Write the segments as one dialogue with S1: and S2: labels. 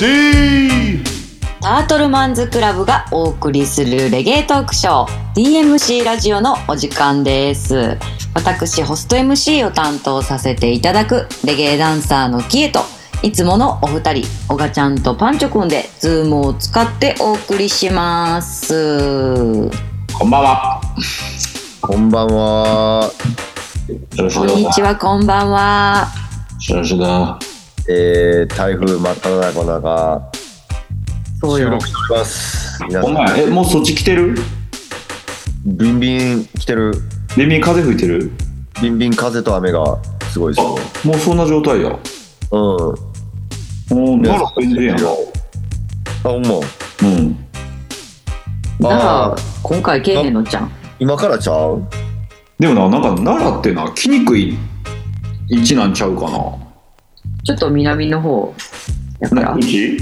S1: DMC
S2: タートルマンズクラブがお送りするレゲエトークショー DMC ラジオのお時間です私ホスト MC を担当させていただくレゲエダンサーのキエといつものお二人オガちゃんとパンチョくんでズームを使ってお送りします
S1: こんばんは
S3: こんばんは。
S1: よろしく
S2: こんにちはこんばんは
S1: よろしくだ
S3: えー、台風真っ只中中、
S2: そう
S3: 収
S2: よ
S3: 録しております。皆
S1: お
S3: さん、
S1: 前えもうそっち来てる
S3: ビンビン来てる、
S1: ビンビン風吹いてる
S3: ビンビン風と雨がすごいですよ。
S1: あもうそんな状態や
S3: うん。
S1: もう
S3: いや
S1: なら全然やな
S3: あ、ほんま。
S1: うん
S2: な
S3: あ
S2: ら
S3: あ、
S2: 今回けえへんのちゃん
S3: 今からちゃう
S1: でもななんか奈良ってな来にくい位置なんちゃうかな
S2: ちょっと南の方やから
S1: な位置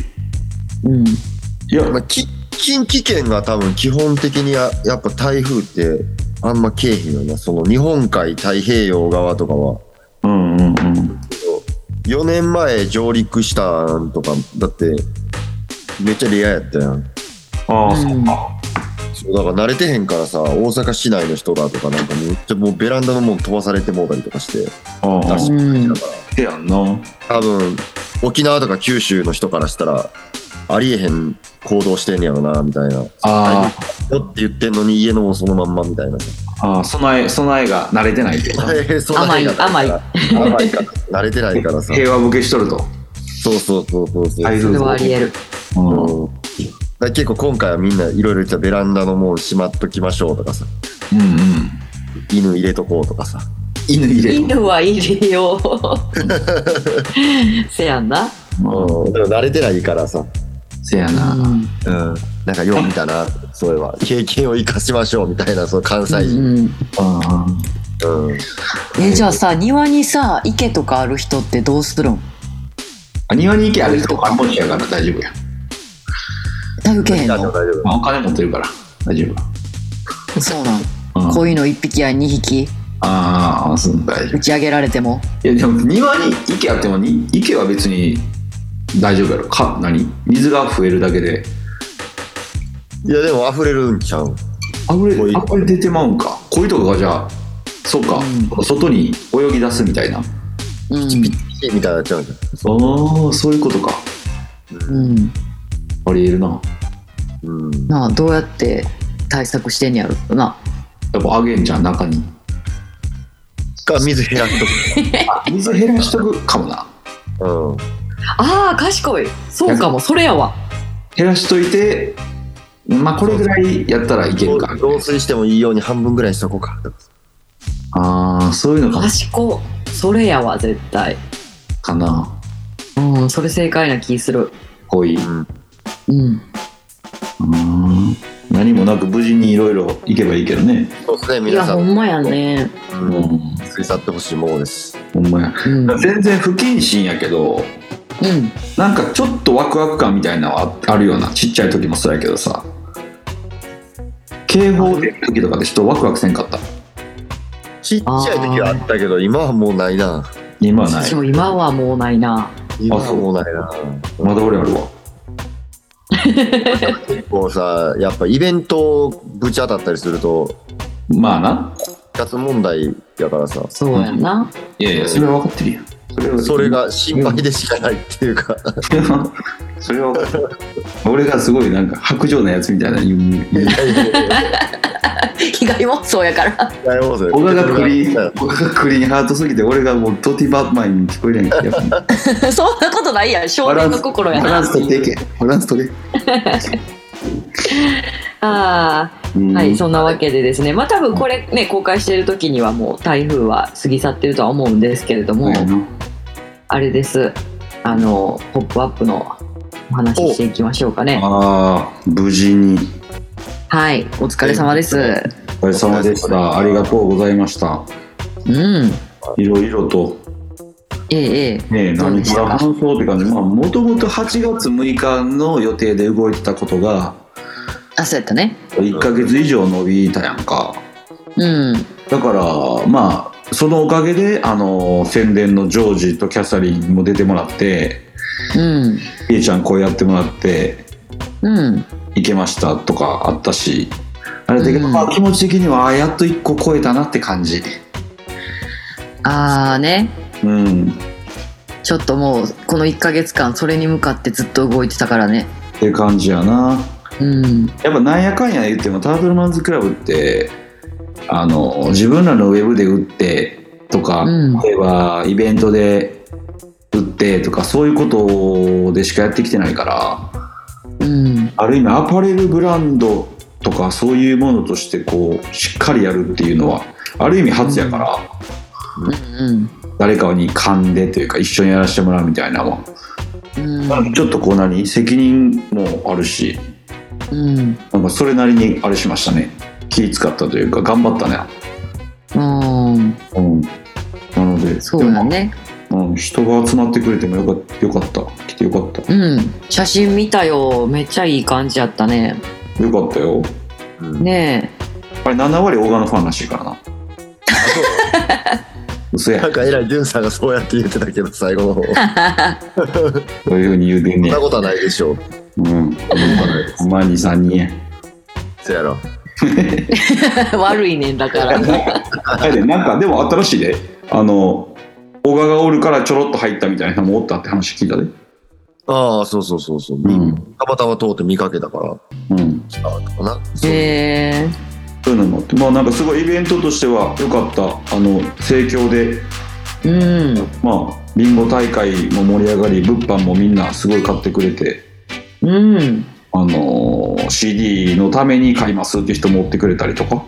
S2: うん
S1: いや
S3: まあ、き近畿圏が多分基本的にややっぱ台風ってあんま経費よな。その日本海太平洋側とかは。
S1: うんうんうん
S3: 4年前上陸したんとか、だって、めっちゃレアやったやん。
S1: ああ、
S2: うん
S1: そうか
S3: そうだから慣れてへんからさ大阪市内の人だとかなんかめっちゃもうベランダのもん飛ばされてもうたりとかして
S1: ああ
S3: 出
S1: そ
S3: して
S2: うん
S3: だか
S1: うやんな
S3: ら多分沖縄とか九州の人からしたらありえへん行動してんやろなみたいなよ
S1: あ
S3: って言ってんのに家のもそのまんまみたいな
S1: あああ備え備えが慣れてないっていうか
S3: そんな変化
S2: 甘い
S3: 甘いから慣れてないか らさ
S1: 平和ボケしとると
S3: そうそうそうそうそう、
S1: 台
S2: そ
S1: 風
S2: れはありえる
S1: うん
S3: うんだから結構今回はみんないろいろ言ってたベランダのもんしまっときましょうとかさ
S1: うんうん
S3: 犬入れとこうとかさ
S1: 犬入れ
S2: 犬は入れ ようせやんな、
S1: う
S3: うん、でも慣れてないからさ
S1: んせやな、
S3: うん、なんかよう見たな、そういえば、経験を生かしましょうみたいな、その関西人。
S2: うん
S3: うん、
S2: えじゃあさ庭にさ池とかある人ってどうするん
S1: あ庭に行けある人お金持ちやから大丈夫や、
S2: 台風けへん
S3: 大丈夫、
S2: の
S3: 大丈
S1: まあ、お金持ってるから大丈
S2: そうなん
S1: 夫、うん
S2: こういうの1匹や2匹
S1: ああそう大丈
S2: 打ち上げられても
S1: 夫いやでも庭に池あってもに池は別に大丈夫やろか何水が増えるだけで
S3: 夫。いや、でも溢れるんちゃう。
S1: あふれ
S3: 鯉
S1: あふれ出てまうんか鯉とかがじゃあそっか、
S2: う
S1: 外に泳ぎ出すみたいな
S2: うん、
S3: みたいになっちゃうじゃん。
S1: ああそういうことか
S2: うん、
S1: ありえるな
S3: うん、
S2: なあどうやって対策してんやろな
S1: やっぱあげんじゃん中に
S3: か、水減らしと
S1: 水減らしとくかもな
S3: く。うん。
S2: あー賢いそうかもそれやわ
S1: 減らしといてまあこれぐらいやったらいけるか
S3: 漏水してもいいように半分ぐらいにしとこうか。
S1: ああそういうのか
S2: 賢それやわ絶対
S1: かな
S2: うんそれ正解な気する
S1: 恋
S3: うん。
S2: うん
S1: うん何もなく無事にいろいろ行けばいいけどね
S3: そうですね、
S2: いや
S3: 皆さ
S2: ほ
S3: ん。
S2: んまやね
S3: うん、水去ってほしいものです。
S1: ほんまや
S2: うん
S1: 全然不謹慎やけど
S2: うん
S1: なんかちょっとワクワク感みたいなのはああるようなちっちゃい時もそうやけどさ警報出る時とかで人ワクワクせんかった
S3: ちっちゃい時はあったけど、今はもうないな。
S1: 今はない
S2: 私も今はもうないな
S3: 今はもうないな。
S1: まだ俺あるわ
S3: 結構さ、やっぱイベントぶち当たったりすると、
S1: まあな
S3: 二つ問題やからさ。
S2: そうや な、
S1: いやいやそれは分かってるやんそれは
S3: それが心配でしかないっていうか、
S1: それは それは分かってる俺がすごいなんか白状なやつみたいな 言う言う
S2: 被害妄想やから
S3: 大王勢
S1: 小川がクリーン、小川がクリーンハートすぎて、俺がもうドティバッマンに聞こえるやんけ。やっぱ
S2: そんなことないやん少年の 心や
S1: バ
S2: な
S1: ランス取っていけ。バランス取れ。
S2: あ
S1: うん
S2: あはいそんなわけでですねまあ多分これね公開してる時にはもう台風は過ぎ去ってるとは思うんですけれども、
S1: はい
S2: あれですあの「ポップアップのお話ししていきましょうかね
S1: ああ、無事に。
S2: はいお疲れ様です、
S1: お疲れ様でした。ありがとうございました。
S2: うん
S1: いろいろと。
S2: ええええ
S1: ねえ、
S2: どう
S1: 何
S2: でした
S1: か
S2: から
S1: 話そうって感じ。まあ、もともと8月6日の予定で動いてたことが、
S2: あそうやったね
S1: 1ヶ月以上伸びたやんか。
S2: うん
S1: だから、まあ、そのおかげで、あの、宣伝のジョージとキャサリンも出てもらって、
S2: うん。
S1: 「いえちゃんこうやってもらって
S2: うん。
S1: いけました」とかあったしあれだけど、
S2: うん
S1: まあ、気持ち的にはあーやっと1個超えたなって感じ
S2: ああね。
S1: うん
S2: ちょっともう、この1ヶ月間、それに向かってずっと動いてたからね。
S1: って感じやな
S2: うん。
S1: やっぱなんやかんや言ってもタートルマンズクラブってあの自分らのウェブで売ってとか、
S2: うん
S1: 例えばイベントで売ってとかそういうことでしかやってきてないか
S2: う
S1: ら
S2: ん。
S1: ある意味アパレルブランドとかそういうものとしてこうしっかりやるっていうのはある意味初やから、
S2: うん。
S1: 誰かに勘でというか一緒にやらせてもらうみたいなもん、
S2: うん。
S1: ちょっとこう何責任もあるし
S2: うん。
S1: なんかそれなりにあれしましたね気使ったというか頑張ったね
S2: うん。
S1: うん、なので
S2: そうだ、ね。
S1: でもうん、人が集まってくれてもよかったよかった来てよかった
S2: うん。写真見たよ。めっちゃいい感じやったね。
S1: よかったよ
S3: うん
S2: ね
S1: あれ7割オーガのファンらしいか らな嘘
S3: な
S1: や
S3: んかえらい潤さんがそうやって言ってたけど最後 の方そん
S1: そういうふうに言うてんねん
S3: なことはないでしょう
S1: うんお前23人や
S3: そやろ
S2: え。悪いねんだから。
S1: あれで なんかでも新しいであのオーガがおるからちょろっと入ったみたいな人もおったって話聞いたで
S3: ああそうそうそうそう、
S1: うん
S3: たまたま通って見かけたから
S1: うん
S3: 来たとかなそう
S2: へえ。
S1: そういうのもあってまあなんかすごいイベントとしてはよかったあの盛況で
S2: うん。
S1: まあビンゴ大会も盛り上がり物販もみんなすごい買ってくれて
S2: うん。
S1: あのー CD のために買いますって人もおってくれたりとか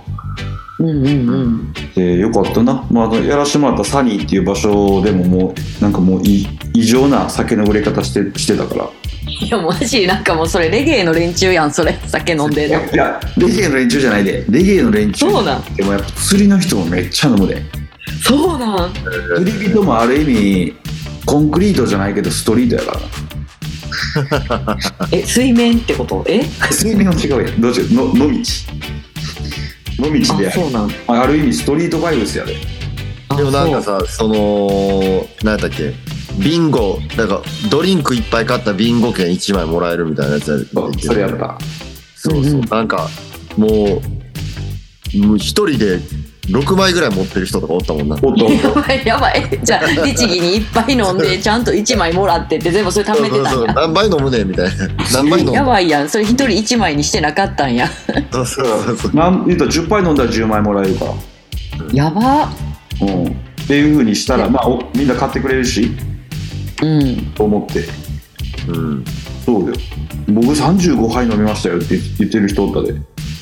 S2: うんうんうん。
S1: でよかったな、まああの、やらしてもらったサニーっていう場所でももうなんかもうい異常な酒の売れ方してしてたから
S2: いや、マジ、なんかもうそれ、レゲエの連中やん、それ。酒飲んで
S1: い
S2: る
S1: やいやレゲエの連中じゃないでレゲエの連中
S2: そうなん。
S1: でもやっぱ釣りの人もめっちゃ飲むで
S2: そうなん。
S1: 釣り人もある意味コンクリートじゃないけどストリートやからな
S2: え、水面ってことえ
S1: 水面は違うやんどうしようの野道野道で
S2: あ、そうなん。
S1: あある意味ストリートバイブスやで
S2: あ
S3: でもなんか、さその何やったっけビンゴなんかドリンクいっぱい買ったビンゴ券1枚もらえるみたいなやつやった
S1: そうそれやった
S3: そうそう、
S2: うんうん
S3: なんかもうもう一人で6枚ぐらい持ってる人とかおったもんな
S1: おっとおっ
S2: や
S1: と
S2: ばいやばい。じゃあ、律儀にいっぱい飲んで、ちゃんと1枚もらってって、全部それ貯めてたんや。
S3: 何杯飲むねんみたいな何杯飲む
S2: やばいやん。それ一人1枚にしてなかったんや。
S3: そうそうそうそう
S1: なん言うと10杯飲んだら10枚もらえるから、
S2: やば。
S1: うん、っていうふうにしたら、まあ、おみんな買ってくれるし
S2: うん。
S1: と思って
S3: うん
S1: そうよ僕35杯飲みましたよって言ってる人おったで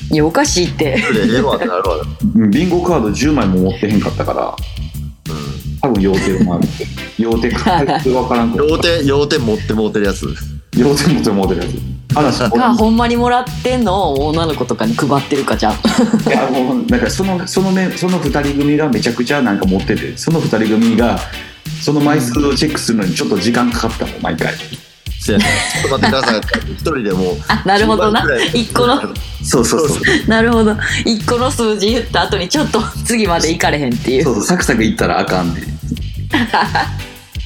S2: いや、おかしい って。
S3: それええわってなるわな
S1: うんビンゴカード10枚も持ってへんかったから多分要点もある要点か分からんけ
S3: う ん
S1: ど
S3: 両手両手持って持ってるやつ
S1: 要点持って持ってるやつ話も
S2: が、ほんまにもらってんのを女の子とかに配ってるかじゃん。
S1: いやもうなんかそのそのねその2人組がめちゃくちゃなんか持っててその2人組がその枚数をチェックするのにちょっと時間かかったもん毎回
S3: せやなちょっと待ってくださいって一人でもう
S2: あ、 なるほどな
S3: 10枚ぐら。い
S2: 一個 の、
S1: そうそうそう
S2: なるほど。一個の数字言った後に、ちょっと次まで行かれへんっていう。
S1: そうそうサクサクいったらあか んね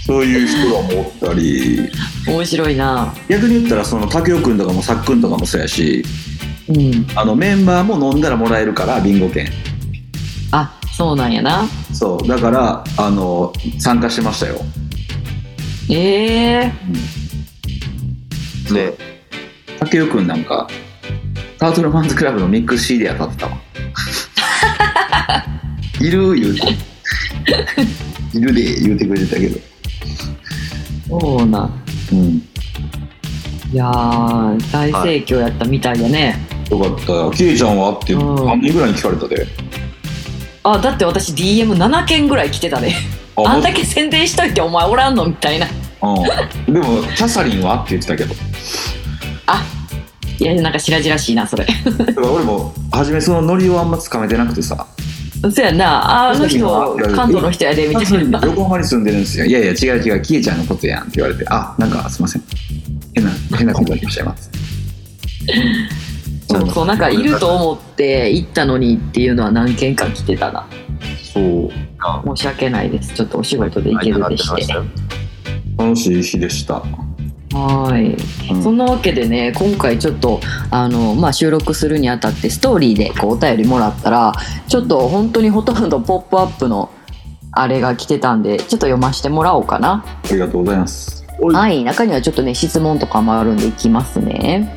S1: そういう人らもおったり
S2: 面白いな。
S1: 逆に言ったらその竹雄君とかもさっくんとかもそうやし
S2: うん。
S1: あのメンバーも飲んだらもらえるからビンゴ券
S2: あ、そうなんやな。
S1: そうだからあの参加してましたよ
S2: ええ
S3: ね
S1: 竹雄君なんかタートルマンズクラブのミックス CD 当たってたわ いる言うているで言うてくれてたけど
S2: そうなん。
S1: うん
S2: いやー大盛況やったみたいだね、
S1: よかったよキエちゃんはって
S2: うん
S1: 何人ぐらいに聞かれたで
S2: あだって私 DM7 件ぐらい来てたで、あんだけ宣伝しといてお前おらんのみたいな
S1: うん、でもキャサリンはって言ってたけど
S2: いやなんか白々しいなそれ
S1: だから俺も初めそのノリをあんまつかめてなくてさ
S2: そやなああの人関東の人やで
S1: 「
S2: み
S1: キ
S2: た
S1: ャサ リ
S2: い
S1: ン
S2: な
S1: 横浜に住んでるんですよいやいや違う違うキエちゃんのことやん」って言われて「あなんかすいません変な変なことにおっしゃいます」
S2: そうそうなんかいると思って行ったのにっていうのは何件か来てたな
S1: そう
S2: 申し訳ないですちょっとお仕事で行けるでして
S3: よ
S1: 楽しい日でした
S2: はい、
S1: うん
S2: そんなわけでね今回ちょっとあの、まあ、収録するにあたってストーリーでこうお便りもらったらちょっと本当にほとんど「ポップアップのあれが来てたんでちょっと読ませてもらおうかな。
S1: ありがとうございます。
S2: はい、中にはちょっとね、質問とかもあるんでいきますね。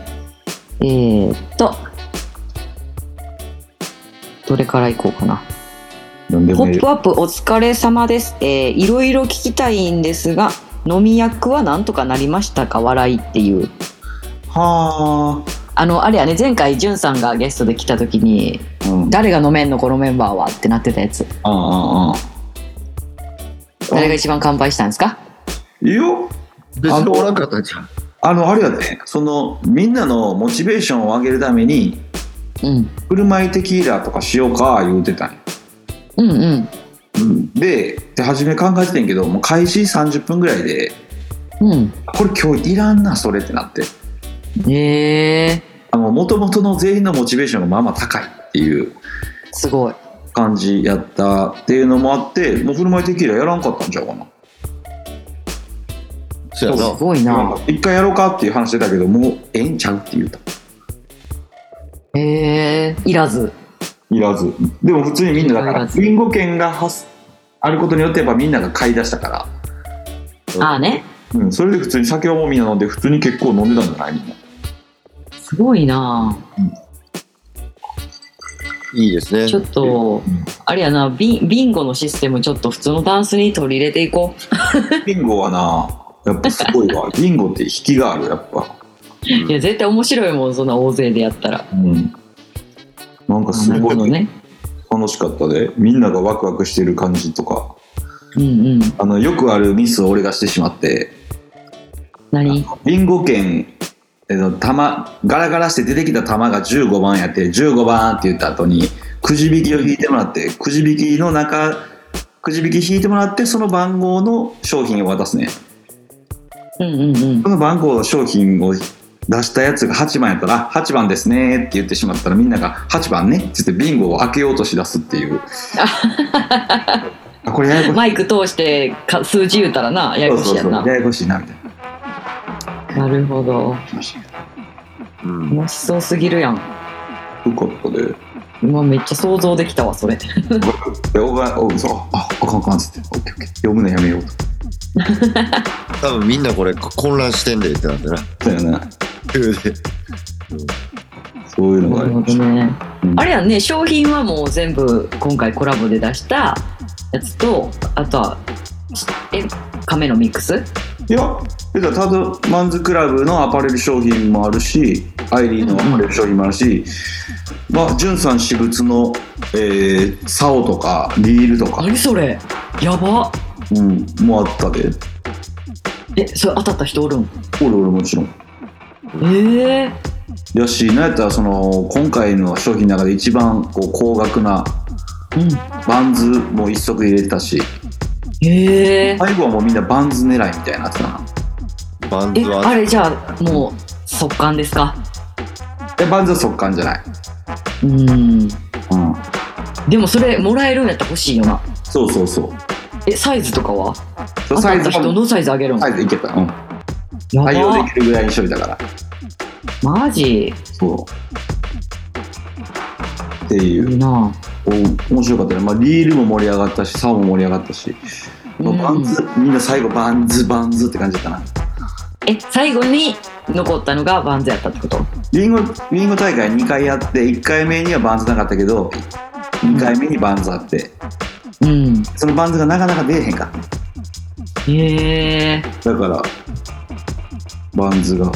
S2: えー、っと、どれからいこうかな。
S1: なんで
S2: ポ
S1: もいい
S2: ップアップお疲れ様です。えー、いろいろ聞きたいんですが、飲み役はなんとかなりましたか笑いっていう。
S1: は
S2: あの、あれやね、前回、じゅんさんがゲストで来た時に、
S1: あ。うん。
S2: 誰が飲めんのこのメンバーはってなってたやつ。
S1: ああああ。
S2: 誰が一番乾杯したんですか
S1: いいよ。
S3: 別におらんかったんじゃん。
S1: あの、あれやで、その、みんなのモチベーションを上げるために、
S2: うん。
S1: 振る舞いテキーラとかしようか、言うてたんよ
S2: うんうん。
S1: うん。で、で、初め考えててんけど、もう開始30分ぐらいで、
S2: うん。
S1: これ今日いらんな、それってなって。
S2: えー、
S1: あの、もともとの全員のモチベーションがまあまあ高いっていう
S2: すごい。
S1: 感じやったっていうのもあって、もう振る舞いテキーラやらんかったんちゃうかな。
S3: そうや
S2: す
S3: な。
S2: ごいな。
S1: 一回やろうかっていう話してたけど、もうええんちゃうって言うた。
S2: へえいらず
S1: いらず。でも普通にみんなだか
S2: いら
S1: ら、
S2: ず
S1: ビンゴ券が発あることによってやっぱみんなが買い出したから、
S2: ああね
S1: うん、それで普通に酒はもうみんな飲んで、普通に結構飲んでたんじゃないみんな。
S2: すごいなあ
S3: いいですね
S2: ち。ょっと
S1: うん
S2: あれやなビンビンゴのシステムちょっと普通のダンスに取り入れていこ
S1: ビンゴはな、やっぱすごい わ。ビンゴって引きがある、やっぱ。
S2: ういや絶対面白いもんそんな大勢でやったら
S1: うん。なんかす
S2: なる
S1: ご
S2: ほど
S1: い
S2: ね
S1: 楽しかったで、みんながワクワクしてる感じとか、
S2: うんうん
S1: あの、よくあるミスを俺がしてしまって、
S2: 何
S1: ビンゴ券、えっと、玉、ガラガラして出てきた玉が15番やって、15番って言った後に、くじ引きを引いてもらって、くじ引きの中、くじ引き引いてもらって、その番号の商品を渡すね。
S2: うんうんうん
S1: その番号の商品を出したやつが8番やったら、あ8番ですねって言ってしまったら、みんなが8番ねって言ってビンゴを開けようとしだすっ ていう。あ、これややこしい。
S2: マイク通してか数字言うたらなややこしいやんな
S1: ややこしいな、みたいな。
S2: なるほど
S3: うん
S2: 楽しそうすぎるやん
S1: よかったで。
S2: 今めっちゃ想像できたわそれ
S1: で、おば、お、そう、あ、あかんあかんっつって、オッケーオッケー、読むのやめようと。
S3: 多分みんなこれ混乱してんでってなってな。
S1: だよね。
S3: 急で
S1: そういうの
S2: な
S1: があ
S2: る
S1: り
S2: ほ
S1: ま
S2: ど
S1: した。
S2: ね
S1: うん
S2: あれやんね商品はもう全部今回コラボで出したやつとあとはえ亀のミックス
S1: いや、えだからただ、マンズクラブのアパレル商品もあるし、アイリーのアパレル商品もあるし、まあ、ジュンさん私物の、えー、竿とか、リールとか、
S2: 何それやば
S1: うん、もあったで。
S2: えそれ当たった人おるん
S1: 俺、俺もちろん。
S2: ええ
S1: やし、なんやったら、その、今回の商品の中で一番、こう、高額な、バンズも一足入れてたし、
S2: うんええ
S1: 最後はもうみんなバンズ狙いみたいになってたな。
S3: バン
S2: え
S3: ドは
S2: あれじゃあもう速乾ですか
S1: で、バンズは速乾じゃない。
S2: うん
S1: うん。
S2: でもそれもらえるんやったら欲しいよな
S1: そうそうそう。
S2: えサイズとかは当
S1: サ
S2: たっ
S1: イズ
S2: た人
S1: も、
S2: のサイズあげるん
S1: サイズいけた。うん。
S2: やば
S1: 対応できるぐらいにしといたから。
S2: マジ
S1: そう。ってい、
S2: いういな
S1: お面白かったね。まあ、リールも盛り上がったし、サオも盛り上がったし、まあバンズ、みんな最後、バンズ、バンズって感じだな。
S2: え最後に残ったのがバンズやったってこと
S1: リンゴ、リンゴ大会2回やって、1回目にはバンズなかったけど、2回目にバンズあって、
S2: うん
S1: そのバンズがなかなか出えへんかった。
S2: へえ
S1: だから、バンズが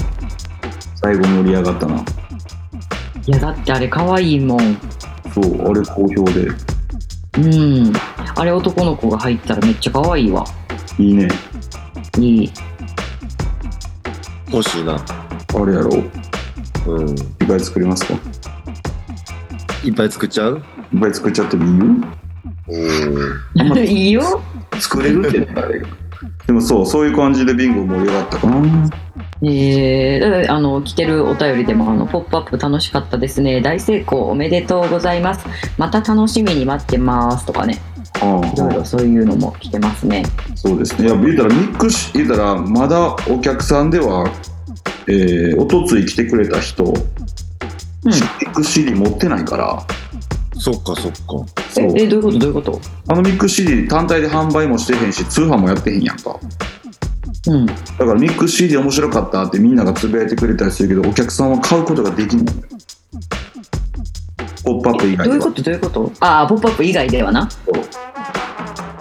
S1: 最後盛り上がったな。
S2: いやだってあれ可愛いもん
S1: そう、あれ好評で、
S2: うんあれ男の子が入ったらめっちゃ可愛いわ
S1: いいね。
S2: いい
S3: 欲しいな。
S1: あれやろ、いっ
S3: うん。
S1: ぱい作りますか
S3: いっぱい作っちゃう
S1: いっぱい作っちゃってもいいよ。
S3: おー
S1: あんま
S2: いいよ
S1: 作れるって言ったらあれやけどでもそうそういう感じでビンゴ盛り上がったかな
S2: えー、だからあの来てるお便りでも「あのポップアップ楽しかったですね大成功おめでとうございますまた楽しみに待ってます」とかねいろいろそういうのも来てますね。
S1: そうですね。いや、言うたら、ミックス、言うたら、まだお客さんでは、えー、おとつい来てくれた人、
S2: うん
S1: ミックス CD 持ってないから、
S3: そっかそっか。
S1: そう
S2: え、えどういうことどういうこと
S1: あのミックス CD 単体で販売もしてへんし、通販もやってへんやんか。
S2: うん。
S1: だから、ミックス CD 面白かったってみんながつぶやいてくれたりするけど、お客さんは買うことができない。ポップアップ以外
S2: どうい
S1: で
S2: う
S1: は。
S2: ことどういうことああ、ポップアップ以外ではな。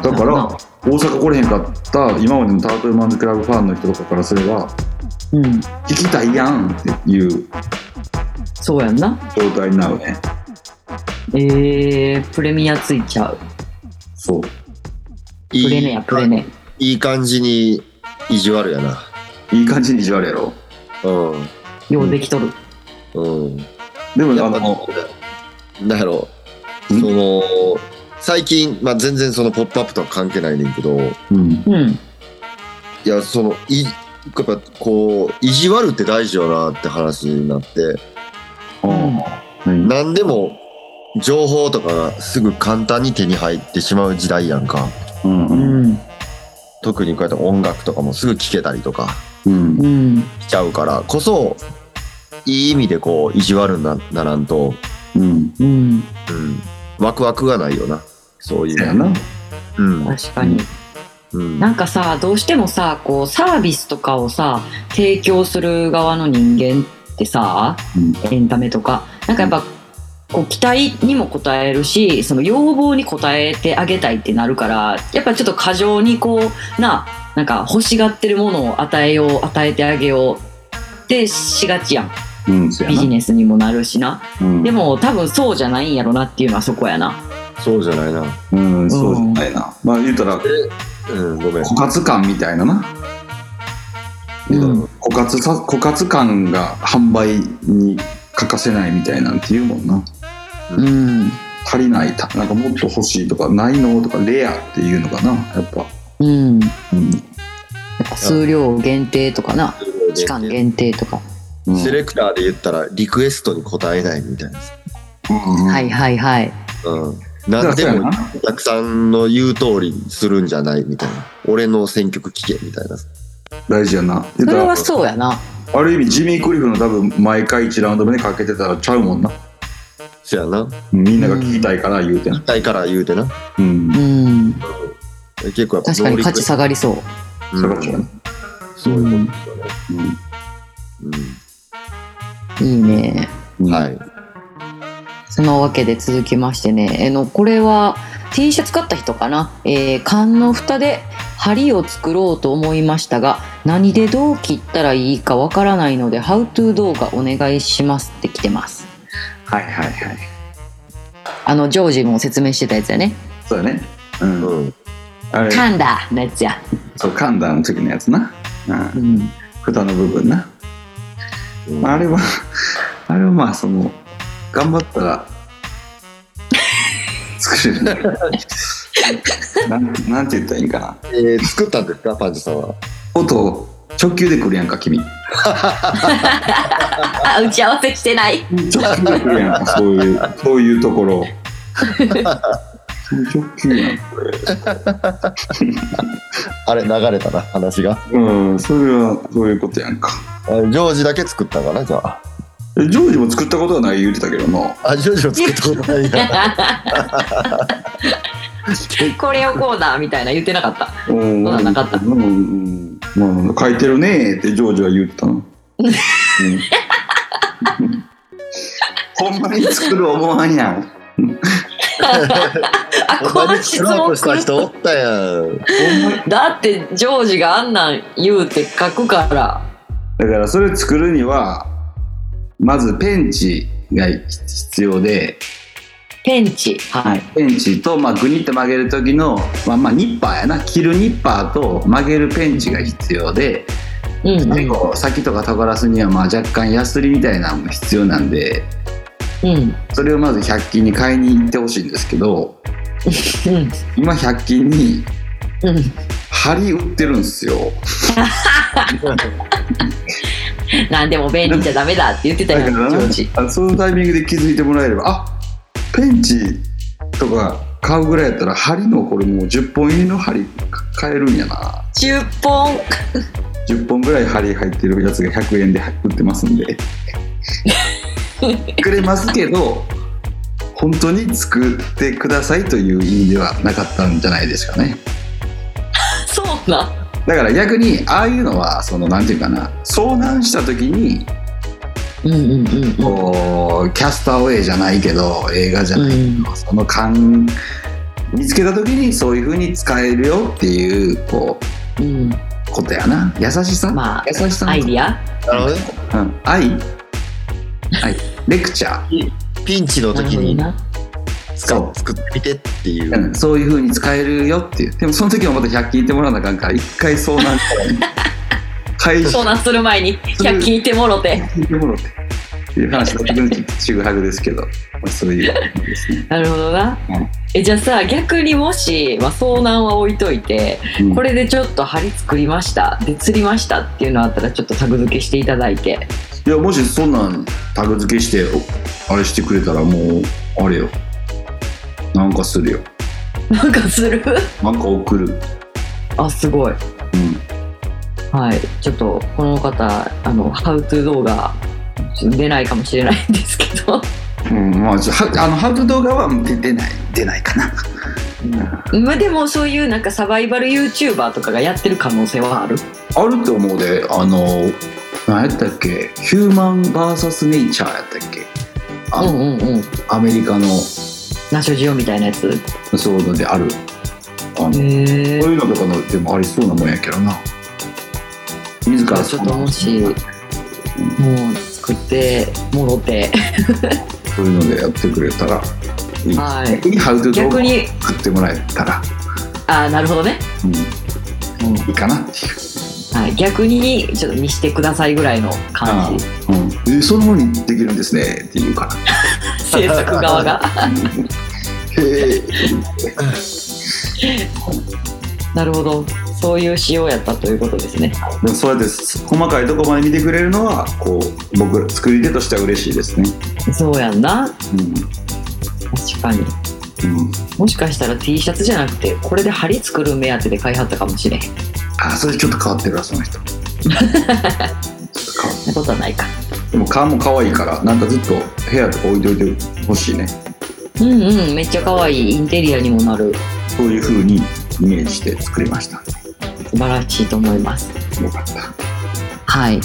S1: だか
S2: なる
S1: ら、大阪来れへんかった今までのタートルマンズクラブファンの人とかからすれば、
S2: うん。
S1: 聞きたいやんっていう
S2: そうやんな。
S1: 状態になるね。
S2: えー、プレミアついちゃう。
S1: そう。
S3: いい
S2: プレネや、プレネ。
S3: いい感じに意地悪やな。
S1: いい感じに意地悪やろ。
S3: うん。
S2: ようできとる。
S3: うん。
S1: でも、
S3: や
S1: あ
S3: っぱ
S1: の、
S3: なんやろ
S1: う
S3: そ
S1: ん
S3: の、最近、まあ、全然そのポップアップとは関係ないねんけど、
S1: うん。
S2: うん。
S3: いや、その、い、やっぱこう、意地悪って大事よなって話になって、
S1: うん
S3: 何でも情報とかがすぐ簡単に手に入ってしまう時代やんか。
S1: うん
S2: う
S1: うん
S2: ん。
S3: 特にこうやって音楽とかもすぐ聴けたりとか
S1: うん
S2: うん。
S3: しちゃうからこそ、いい意味でこう、意地悪になならんと、
S1: うん
S2: うん。
S3: うん、ワクワクがないよな。そうい
S1: せや
S3: う。
S1: な
S3: うん。
S2: 確かに。
S3: うん。
S2: なんかさ、どうしてもさ、こう、サービスとかをさ、提供する側の人間ってさ、
S1: うん
S2: エンタメとか、なんかやっぱ、こう、期待にも応えるし、その要望に応えてあげたいってなるから、やっぱちょっと過剰にこう、な、なんか欲しがってるものを与えよう、与えてあげようってしがちやん。
S1: うんせや
S2: ビ
S1: な
S2: ジネスにもなるしな。
S1: うん
S2: でも多分そうじゃないんやろなっていうのはそこやな。
S3: そうじゃないな。
S1: うんそうじゃないなまあ言うたら
S3: うん、ごめん。
S1: 枯渇感みたいなな
S2: うん
S1: 枯渇さ枯渇感が販売に欠かせないみたいなんていうもんな
S2: うん。
S1: 足りないたなんかもっと欲しいとかないのとかレアっていうのかなやっぱ
S2: うん。や
S1: うん
S2: っぱ数量限定とかな。期間限定とか。
S1: うん
S3: セレクターで言ったらリクエストに答えないみたいな。
S1: うん
S2: はいはいはい。
S3: うん。
S1: だか
S3: 何
S1: らせ
S3: で
S1: や
S3: も
S1: な
S3: お客さんの言う通りにするんじゃないみたいな。俺の選曲聞けみたいな。
S1: 大事やな言
S2: そう
S1: た
S2: れ
S1: ら
S2: はそうやな。
S1: ある意味ジミー・クリフの多分毎回1ラウンド目でかけてたらちゃうもんな
S3: せやな。
S1: みんなが聞きたいから言うてん
S3: 痛いから言うてな。
S1: うん
S2: うん。
S3: 結構やっぱ
S2: 確かに価値
S3: さ
S2: 下がりそう。
S1: それはそうやな
S3: そういうことですよね。
S1: うん
S2: いいね。
S1: う
S3: うんん。はい。
S2: そのわけで続きましてね、えのこれは T シャツ買った人かな、えー、缶の蓋で針を作ろうと思いましたが何でどう切ったらいいかわからないので「HowTo 動画お願いします」って来てます
S1: はいはいはい。
S2: あのジョージも説明してたやつやね
S1: そうだね。うん。
S3: うん。
S2: 「
S1: あれ、
S2: 噛んだ!」のやつや、
S1: そう、カンダの時のやつな。うん。
S2: うん、
S1: 蓋の部分な。まああれは、 あれはまあ、その、頑張ったら、作れるんだ けど。なんて、なんて言ったらいいんかな。
S3: えー作ったんですかパンチさんは。
S1: 音、直球で来るやんか、君。
S2: あ打ち合わせしてない
S1: 直球で来るやんか、そういう、そういうところ。 直球やん。
S3: あれ流れたな、話が。
S1: うん、それは、そういうことやんか。
S3: あジョージだけ作ったんかなじゃあ。
S1: えジョージも作ったことはない言うてたけどな。
S3: あ、ジョージを作ったことないや。
S2: これをこうだみたいな言ってなかった
S1: うん
S2: そんなんなかった
S1: うんうんうんまあ、書いてるねーってジョージは言ったの。うんほんまに作る思わんやん。
S2: あこの質
S3: ほんま
S2: 問
S3: にスカ
S2: 来る
S3: ウトした人おったやん。
S2: だってジョージがあんなん言うて書くから
S1: だからそれ作るにはまずペンチが必要で、
S2: ペンチはい
S1: ペンチと、まあ、グニッと曲げる時の、まあ、まあニッパーやな切るニッパーと曲げるペンチが必要で
S2: うん
S1: 結構先とか尖らすには、まあ、若干ヤスリみたいなのも必要なんで
S2: うん
S1: それをまず100均に買いに行ってほしいんですけど。
S2: うん
S1: 今100均に
S2: うん
S1: 針売ってるんですよ
S2: 何でも便利じゃダメだって言ってた
S1: だ
S2: よ
S1: か
S2: ジョ
S1: ら
S2: ージ
S1: あそのタイミングで気づいてもらえればあペンチとか買うぐらいやったら針のこれもう10本入りの針か買えるんやな
S2: 10本
S1: 10本ぐらい針入ってるやつが100円で売ってますんでくれますけど本当に作ってくださいという意味ではなかったんじゃないですかね
S2: そうなん
S1: だから逆にああいうのはそのなんていうかな遭難した時に
S2: うんうんうんうん
S1: こうキャスターウェイじゃないけど映画じゃないけど、その感見つけた時にそういう風に使えるよっていうこう
S2: うん
S1: ことやな優しさ、
S2: まあ
S1: 優しさの
S2: アイディア
S3: なるほどね
S1: うん、愛愛レクチャー
S3: ピンチの
S2: なる
S3: 時
S2: ほど
S3: に
S2: な
S3: 使
S1: そう
S3: う作ってみてっていうう。
S1: んそういう風に使えるよっていうでもその時はまた100均行ってもらわなあかんから一回遭難 したら回収
S2: 相談する前に100均いてもろて
S1: してもろてっていう話のちぐはぐですけ ど、まあ、そういうことですね、
S2: なるほどな、
S1: うん
S2: えじゃあさ逆にもし、まあ、遭難は置いといて
S1: うん
S2: これでちょっと針作りましたで釣りましたっていうのあったらちょっとタグ付けしていただいて
S1: いやもしそんなんタグ付けしておあれしてくれたらもうあれよなんかするよ
S2: なんかする
S1: なんか送る
S2: あすごい
S1: うん
S2: はいちょっとこの方あのハウトゥー動画出ないかもしれないんですけど
S1: うんまあ、ちょはあのハート動画は出出ない出ないかな、
S2: まあでもそういうなんかサバイバル YouTuber とかがやってる可能性はある
S1: あると思うであの何やったっけヒューマン VS ネイチャーやったっけあ
S2: う
S1: の、
S2: んうんうん
S1: アメリカの
S2: ナショジオみたいなやつへ
S1: そういうのであるあの、
S2: え
S1: そういうのとかのでもありそうなもんやけどな自ら
S2: ちょっともしもう作ってもろて
S1: そういうのでやってくれたらいい
S2: はい
S1: いいハウトゥー動画
S2: 逆に
S1: 送ってもらえたら、
S2: あなるほどね、
S1: うん、
S2: うん
S1: いいかなっていう、
S2: はい、逆にちょっと見してくださいぐらいの感じ
S1: うん、えーそのようにできるんですねっていうか
S2: 制作側 が
S1: らへえ
S2: なるほどそういう仕様やったということですね
S1: でもそうやって細かいとこまで見てくれるのはこう僕ら作り手としては嬉しいですね
S2: そうやんな
S1: う
S2: 確かに
S1: ん、うん、
S2: もしかしたら T シャツじゃなくてこれで針作る目当てで買いはったかもしれへんそん
S1: あそれちょっと変わってるわそ の人ちょっと変わ
S2: なことはないか
S1: でも顔も可愛いからなんかずっと部屋とか置いておいてほしいね
S2: うんうんめっちゃ可愛いインテリアにもなる
S1: そういう風にイメージして作りました
S2: 素晴らしいと思います
S1: よかった
S2: はい。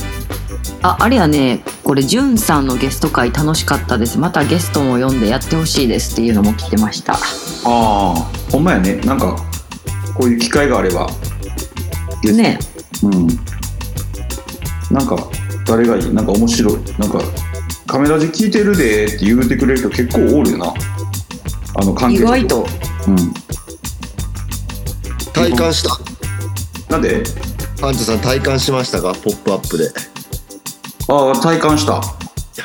S2: あ、あれやね、これ、じゅんさんのゲスト会楽しかったです。またゲストも呼んでやってほしいですっていうのも来てました。
S1: ああほんまやねなんかこういう機会があれば
S2: ね。
S1: うんなんか誰がいいなんか面白いなんか「カメラで聞いてるで」って言うてくれる人結構おるよなあの関
S2: 意
S1: 係者
S2: 外と。
S1: うん
S3: 体感した。
S1: なんで
S3: パンチョさん体感しましたかポップアップで。
S1: ああ体感した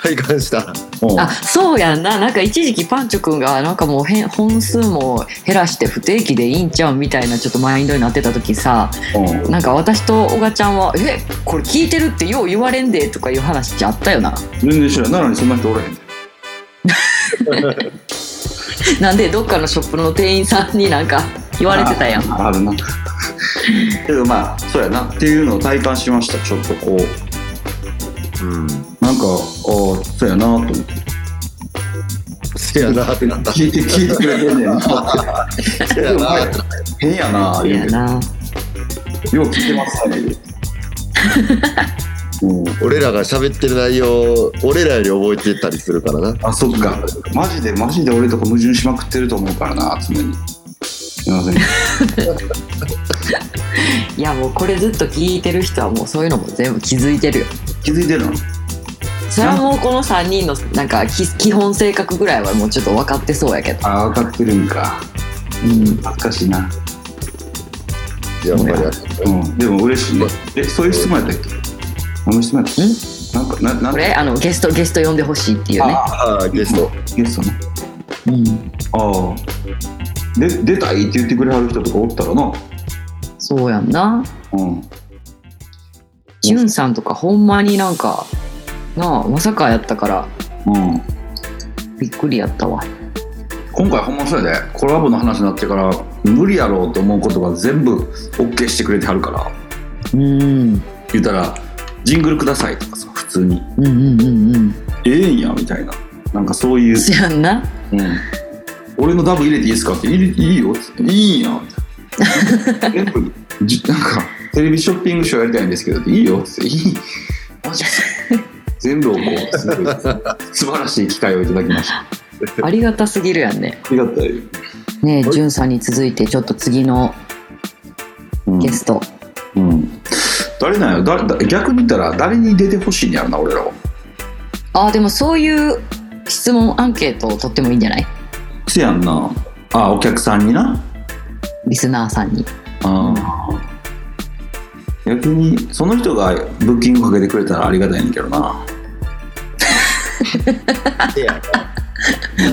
S3: 体感した。
S1: うん
S2: あ、そうやんな。なんか一時期パンチョくんが、なんかもうへん本数も減らして不定期でいいんちゃうみたいなちょっとマインドになってた時さ、
S1: うん
S2: なんか私と小賀ちゃんは、え、これ聞いてるってよう言われんでとかいう話ってあった よな。
S1: 全然知らんなのにそんな人おらへん
S2: なんでどっかのショップの店員さんになんか言われてたやん。
S1: ああるな けどまあそうやなっていうのを体感しましたちょっとこう
S3: うん。
S1: なんかああそうやなと思って
S3: せやなってなった。
S1: 聞いて聞いてくれ てんねんな
S3: せやなって
S1: 変やな
S2: そう
S1: 言
S2: や
S1: うて
S2: な。
S1: よう聞いてます ね言うてうん
S3: 俺らが喋ってる内容、俺らより覚えてたりするからな。
S1: あそっかマジでマジで俺とか矛盾しまくってると思うからな常にすいません
S2: いやもうこれずっと聞いてる人はもうそういうのも全部気づいてるよ
S1: 気づいてるの
S2: それはもうこの3人のなんかき基本性格ぐらいはもうちょっと分かってそうやけど
S1: あ分かってるんか
S2: うん
S1: 恥ずかしいな
S3: やっぱり。
S1: うんでも嬉しいねえそういう質問やったっけあの質問やったなんかななん
S2: これあのゲストゲスト呼んでほしいっていうね
S1: あ
S3: ああ、ゲスト。
S1: ゲストね
S2: うん
S1: ああで出たいって言ってくれはる人とかおったらな
S2: そうやんな
S1: うん
S2: じゅんさんとかほんまになんかなあまさかやったから
S1: うん
S2: びっくりやったわ
S1: こ今回ほんまそうやでコラボの話になってから無理やろうと思うことが全部 OK してくれてはるから
S2: うん
S1: 言ったら「ジングルください」とかさ普通に
S2: うんうんうんうん
S1: 「ええんや」みたいななんかそういう
S2: そやんな
S1: 「うん、俺のダブ入れていいですか?」って「いいいいよ」って「いいんや」み たいな全部じなんか「テレビショッピングショーやりたいんですけど」って「いいよ」って「いいマジで 全部をこうすごい素晴らしい機会をいただきましたあ
S2: ありがたすぎるやんね
S1: りがたい、
S2: ねえ
S3: はい
S2: んさんに続いてちょっと次の
S1: うん
S2: ゲスト、
S1: うん、誰なんやろだだ逆に言ったら誰に出てほしいんやろな俺らは
S2: ああでもそういう質問アンケートを取ってもいいんじゃない
S1: せやんなあお客さんにな
S2: リスナーさんに
S1: うん逆にその人がブッキングかけてくれたらありがたいねんけどな
S3: せや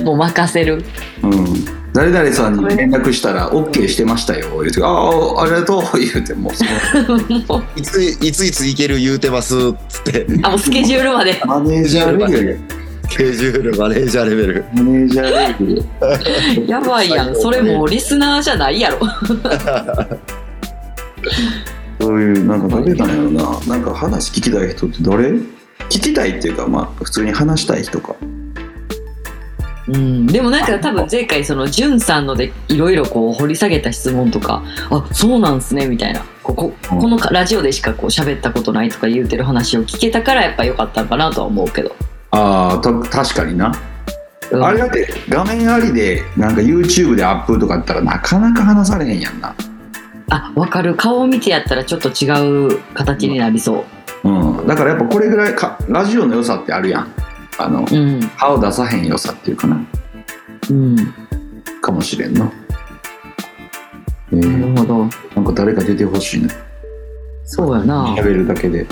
S2: もう任せる
S1: うん誰々さんに連絡したら OK してましたよ言うて「ああありがとう」言うてもうその
S3: いついついつ行ける言うてますっつって
S2: あもうスケジュールま で
S1: マネージャーレベルや
S3: スケジュールマネージャーレベル
S1: マネージャーレベル
S2: やばいやんそれもうリスナーじゃないやろ
S1: そういうなんか誰なんやろななんか話聞きたい人って誰聞きたいっていうかまあ普通に話したい人か
S2: うんでもなんか多分前回そのじゅんさんのでいろいろこう掘り下げた質問とかあそうなんすねみたいなここ
S1: うん
S2: このラジオでしかこう喋ったことないとか言うてる話を聞けたからやっぱ良かったのかなとは思うけど、
S1: ああた確かにな
S2: うん
S1: あれだって画面ありでなんか YouTube でアップとかやったらなかなか話されへんやんな
S2: あわかる顔を見てやったらちょっと違う形になりそ
S1: うんだからやっぱこれぐらいかラジオの良さってあるやんあの
S2: ううん
S1: 歯を出さへん良さっていうかな
S2: うんな
S1: かもしれんなえ
S2: る
S1: ー、
S2: ほど
S1: なんか誰か出てほしいね
S2: そうやな
S1: 喋るだけで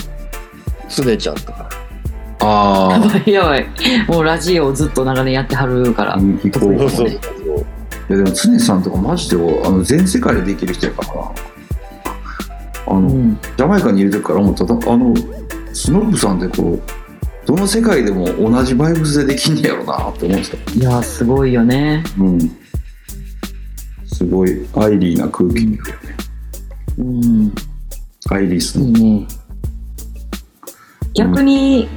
S1: す
S3: ねちゃんとか
S2: や
S1: あ
S2: ばいやばいもうラジオをずっと長年やってはるから、
S1: あ行こうか
S3: そう
S1: も
S3: そう
S1: ね
S3: そう
S1: いやでも常さんとかマジであの全世界でできる人やからなあの、
S2: うん
S1: ジャマイカにいる時から思っただあのスノブさんってこうどの世界でも同じバイブスでできんねやろなって思ってた、
S2: いやすごいよね
S1: うん、すごいアイリーな空気になるよね
S2: うん
S1: アイリース
S2: い
S1: の
S2: いね逆に、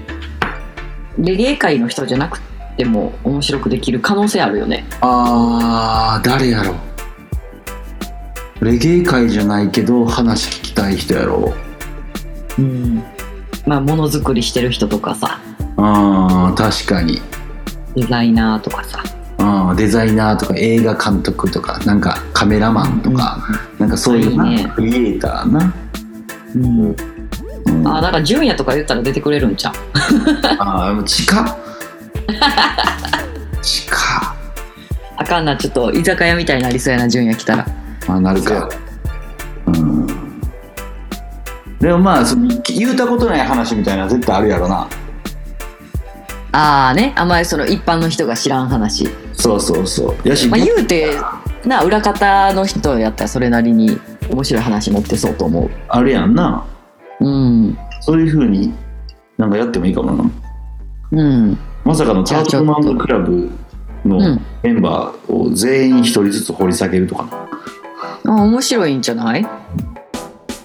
S2: レゲエ界の人じゃなくても面白くできる可能性あるよね
S1: あー誰やろレゲエ界じゃないけど話聞きたい人やろ
S2: うんまあものづくりしてる人とかさ
S1: あー確かに
S2: デザイナーとかさ
S1: あーデザイナーとか映画監督とかなんかカメラマンとか、なんかそういう
S2: あ
S1: ない
S2: いね
S1: クリエイターな、
S2: うん
S1: うん
S2: あなんか純也とか言ったら出てくれるんちゃう
S1: ああ、もう地 下。地下。
S2: あかんなちょっと居酒屋みたいになりそうやな純也来たら
S1: まあ、なるか。うん。でもまあ、その言うたことない話みたいなの絶対あるやろな。
S2: ああねあんまりその一般の人が知らん話、
S1: そうそうそう。やし、
S2: まあ、言うてな裏方の人やったらそれなりに面白い話持ってそうと思
S1: あるやんな。
S2: ううん
S1: そういうふうになんかやってもいいかもな。
S2: うん
S1: まさかの
S2: じ
S1: タ
S2: ゃあ
S1: ートルマンドクラブ
S2: う
S1: の
S2: ん
S1: メンバーを全員一人ずつ掘り下げるとかな。
S2: あ面白いんじゃない、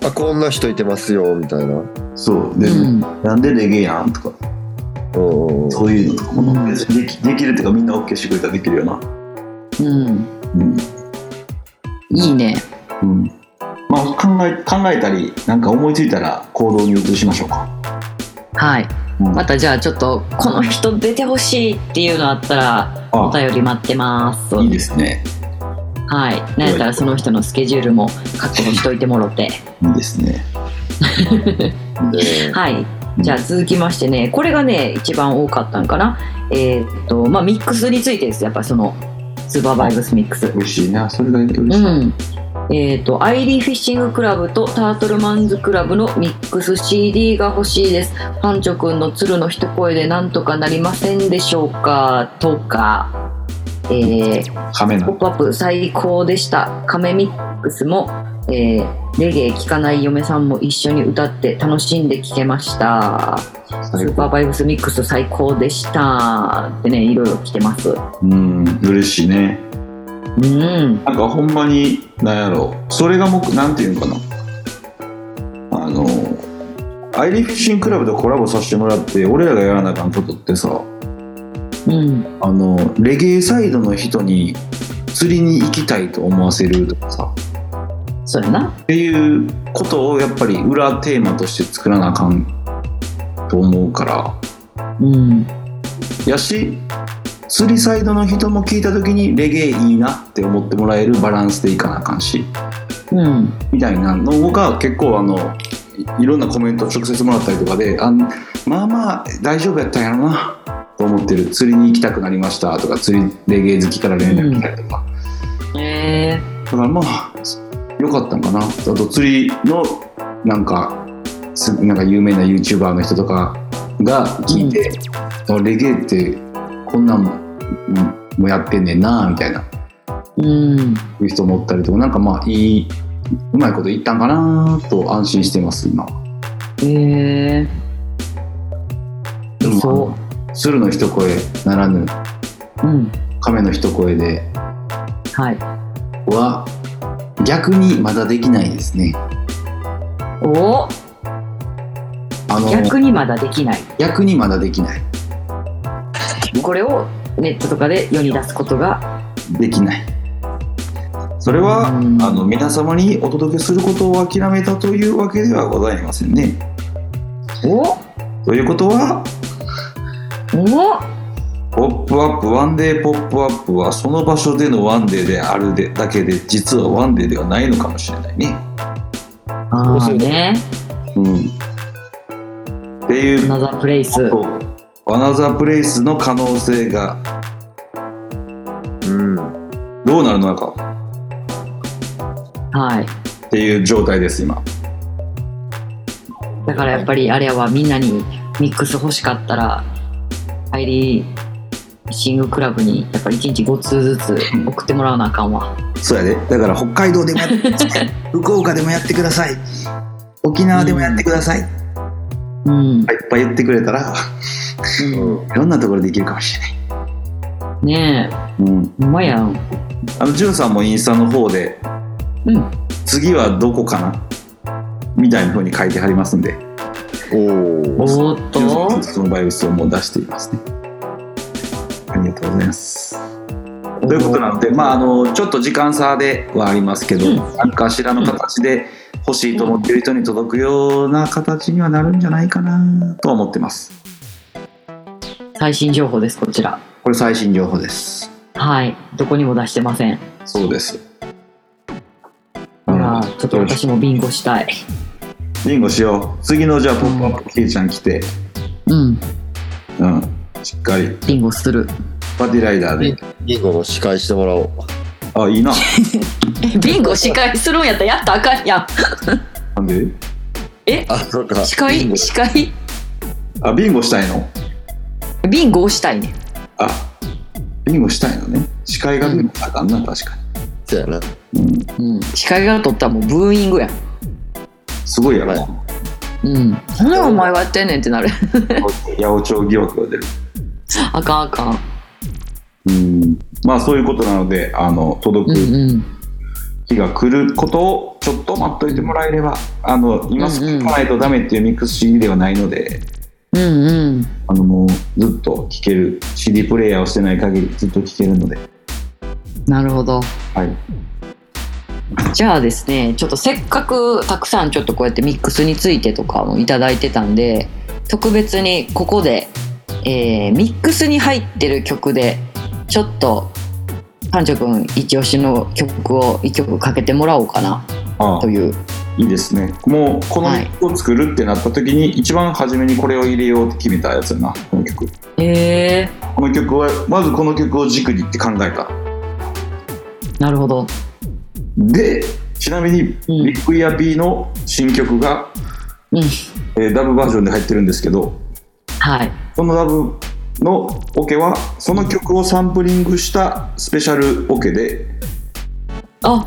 S3: あこんな人いてますよみたいなうん
S1: そう。
S2: う
S1: で、
S2: ん、
S1: なんでレゲエやんとか、
S3: うんうん
S1: そういうのとかもな、
S2: うん
S1: できできるっていうか、みんな OK してくれたらできるよな。
S2: うん、
S1: うん
S2: いいね
S1: うんまあ、考え考えたりなんか思いついたら行動に移しましょうか、
S2: はい
S1: うん
S2: またじゃあちょっとこの人出てほしいっていうのあったらお
S1: あ
S2: 便り待ってます
S1: いいですね
S2: はいなんやったらその人のスケジュールも確保しといてもろて
S1: いいですね
S3: で
S2: はいじゃあ続きましてねこれがね一番多かったんかなえーっとまあミックスについてですやっぱそのスーパーバイブスミックス
S1: 嬉しいなそれが嬉し
S2: う
S1: い、
S2: ん。えっ、と、アイリーフィッシングクラブとタートルマンズクラブのミックス CD が欲しいです。パンチョくんの鶴の一声でなんとかなりませんでしょうかとか、えー、
S1: 亀
S2: ポッ
S1: の
S2: プアップ最高でした。カメミックスもえーレゲエ聴かない嫁さんも一緒に歌って楽しんで聴けました。スーパーバイブスミックス最高でした。ってね、いろいろ来てます。う
S1: うん嬉しいね
S2: ん。
S1: なんかほんまになんやろそれがもうなんていうのかなあのアイリーフィッシングクラブとコラボさせてもらって俺らがやらなあかんことってさ
S2: うん。
S1: あのレゲエサイドの人に釣りに行きたいと思わせるとかさ
S2: そうやな。
S1: っていうことをやっぱり裏テーマとして作らなあかんと思うから
S2: うん。
S1: やし釣りサイドの人も聞いた時にレゲエいいなって思ってもらえるバランスでいかなあかんし
S2: うん。
S1: みたいなのが結構あのいいろんなコメントを直接もらったりとかであんまあまあ大丈夫やったんやろなと思ってる釣りに行きたくなりましたとか釣りレゲエ好きから連絡来たりとか、
S2: え
S1: だからまあ良かったんかなあと釣りのなんかすなんか有名な YouTuber の人とかが聞いて、あレゲエってこんなんも,、うん、もやってんねんなみたいな
S2: ー。うん。
S1: いう人もおったりとかなんかまあいいうまいこといったんかなと安心してます今
S2: えー。
S1: でも
S2: そ
S1: 鶴の一声ならぬ
S2: う。うん。
S1: 亀の一声で
S2: はい。
S1: は逆にまだできないですね
S2: お
S1: あの
S2: 逆にまだできない。
S1: 逆にまだできない
S2: これをネットとかで世に出すことが。
S1: できないそれはあ
S2: うん
S1: の皆様にお届けすることを諦めたというわけではございませんね
S2: お
S1: ということは
S2: お
S1: 「ポップアップワンデーポップアップはその場所でのワンデーであるでだけで実はワンデーではないのかもしれないね
S2: ああね。
S1: うんっていう
S2: ナザープレイス。
S1: そうアナザープレイスの可能性が
S3: うん。
S1: どうなるのか
S2: はい。
S1: っていう状態です今
S2: だからやっぱりあれはみんなにミックス欲しかったらアイリーシングクラブにやっぱり1日5通ずつ送ってもらわなあかんわ
S1: そうやでだから北海道でも やってください福岡でもやってください沖縄でもやってください、いっ
S2: うん、
S1: ぱい言ってくれたら
S2: う
S1: いろんなところでいけるかもしれない
S2: ん、ねえ
S1: うん
S2: ほんまやん
S1: あのじゅんさんもインスタの方で
S2: うん
S1: 次はどこかなみたいな風に書いてはりますんで
S3: おお。
S2: おーっ
S1: ジュンさん
S2: と
S1: のそのバイブスをもう出していますねありがとうございますということなので、まあ、あのちょっと時間差ではありますけど、
S2: うん
S1: 何かしらの形で欲しいと思っている人に届くような形にはなるんじゃないかなとは思ってます。
S2: 最新情報ですこちら
S1: これ最新情報です。
S2: はいどこにも出してませんい
S1: そうです。
S2: やーちょっと私もビンゴしたい
S1: ビンゴしよう。次のじゃあ、ポップアップ、ケイちゃん来て、
S2: うん
S1: うん、しっかり、
S2: ビンゴする
S1: パティライダーで。
S3: リンゴの司会してもらおう。
S1: あ、いいな。
S2: ビンゴ司会するんやったらやったらあかんやん
S1: なんで
S3: あ、そうか。
S2: 司
S3: リンゴ
S2: 会司会
S1: あ、ビンゴしたいの
S2: ビンゴをしたいね
S1: あ、ビンゴしたいのね。司会がビンゴあかんな、確か
S3: そうやな。
S1: に。うん、
S2: うん司会が取ったらもうブーイングや
S1: すごいやろな。
S3: は
S2: うんなんでお前はやってんねんってなる
S1: 八百長疑惑が出る。
S2: あかんあかん
S1: うんまあそういうことなのであの
S2: う
S1: 届
S2: ん
S1: く
S2: うん
S1: 日が来ることをちょっと待っといてもらえればあの今すぐ聞かないとダメっていうミックス CD ではないので
S2: うんうん
S1: あのもうずっと聴ける CD プレイヤーをしてない限りずっと聴けるので、
S2: なるほど
S1: はい、
S2: じゃあですねちょっとせっかくたくさんちょっとこうやってミックスについてとかもいただいてたんで特別にここで、えーミックスに入ってる曲でちょっとパンチョくん一押しの曲を一曲かけてもらおうかな
S1: ああ
S2: という
S1: いいですねもうこの
S2: はい
S1: 曲を作るってなった時に一番初めにこれを入れようって決めたやつやなこの曲
S2: へえ
S1: この曲はまずこの曲を軸にって考えた
S2: なるほど
S1: でちなみに
S2: うん
S1: ビッグイヤー B の新曲が、
S2: うん
S1: えーダブバージョンで入ってるんですけど
S2: はい
S1: そのラブのオケはその曲をサンプリングしたスペシャルオケで
S2: あ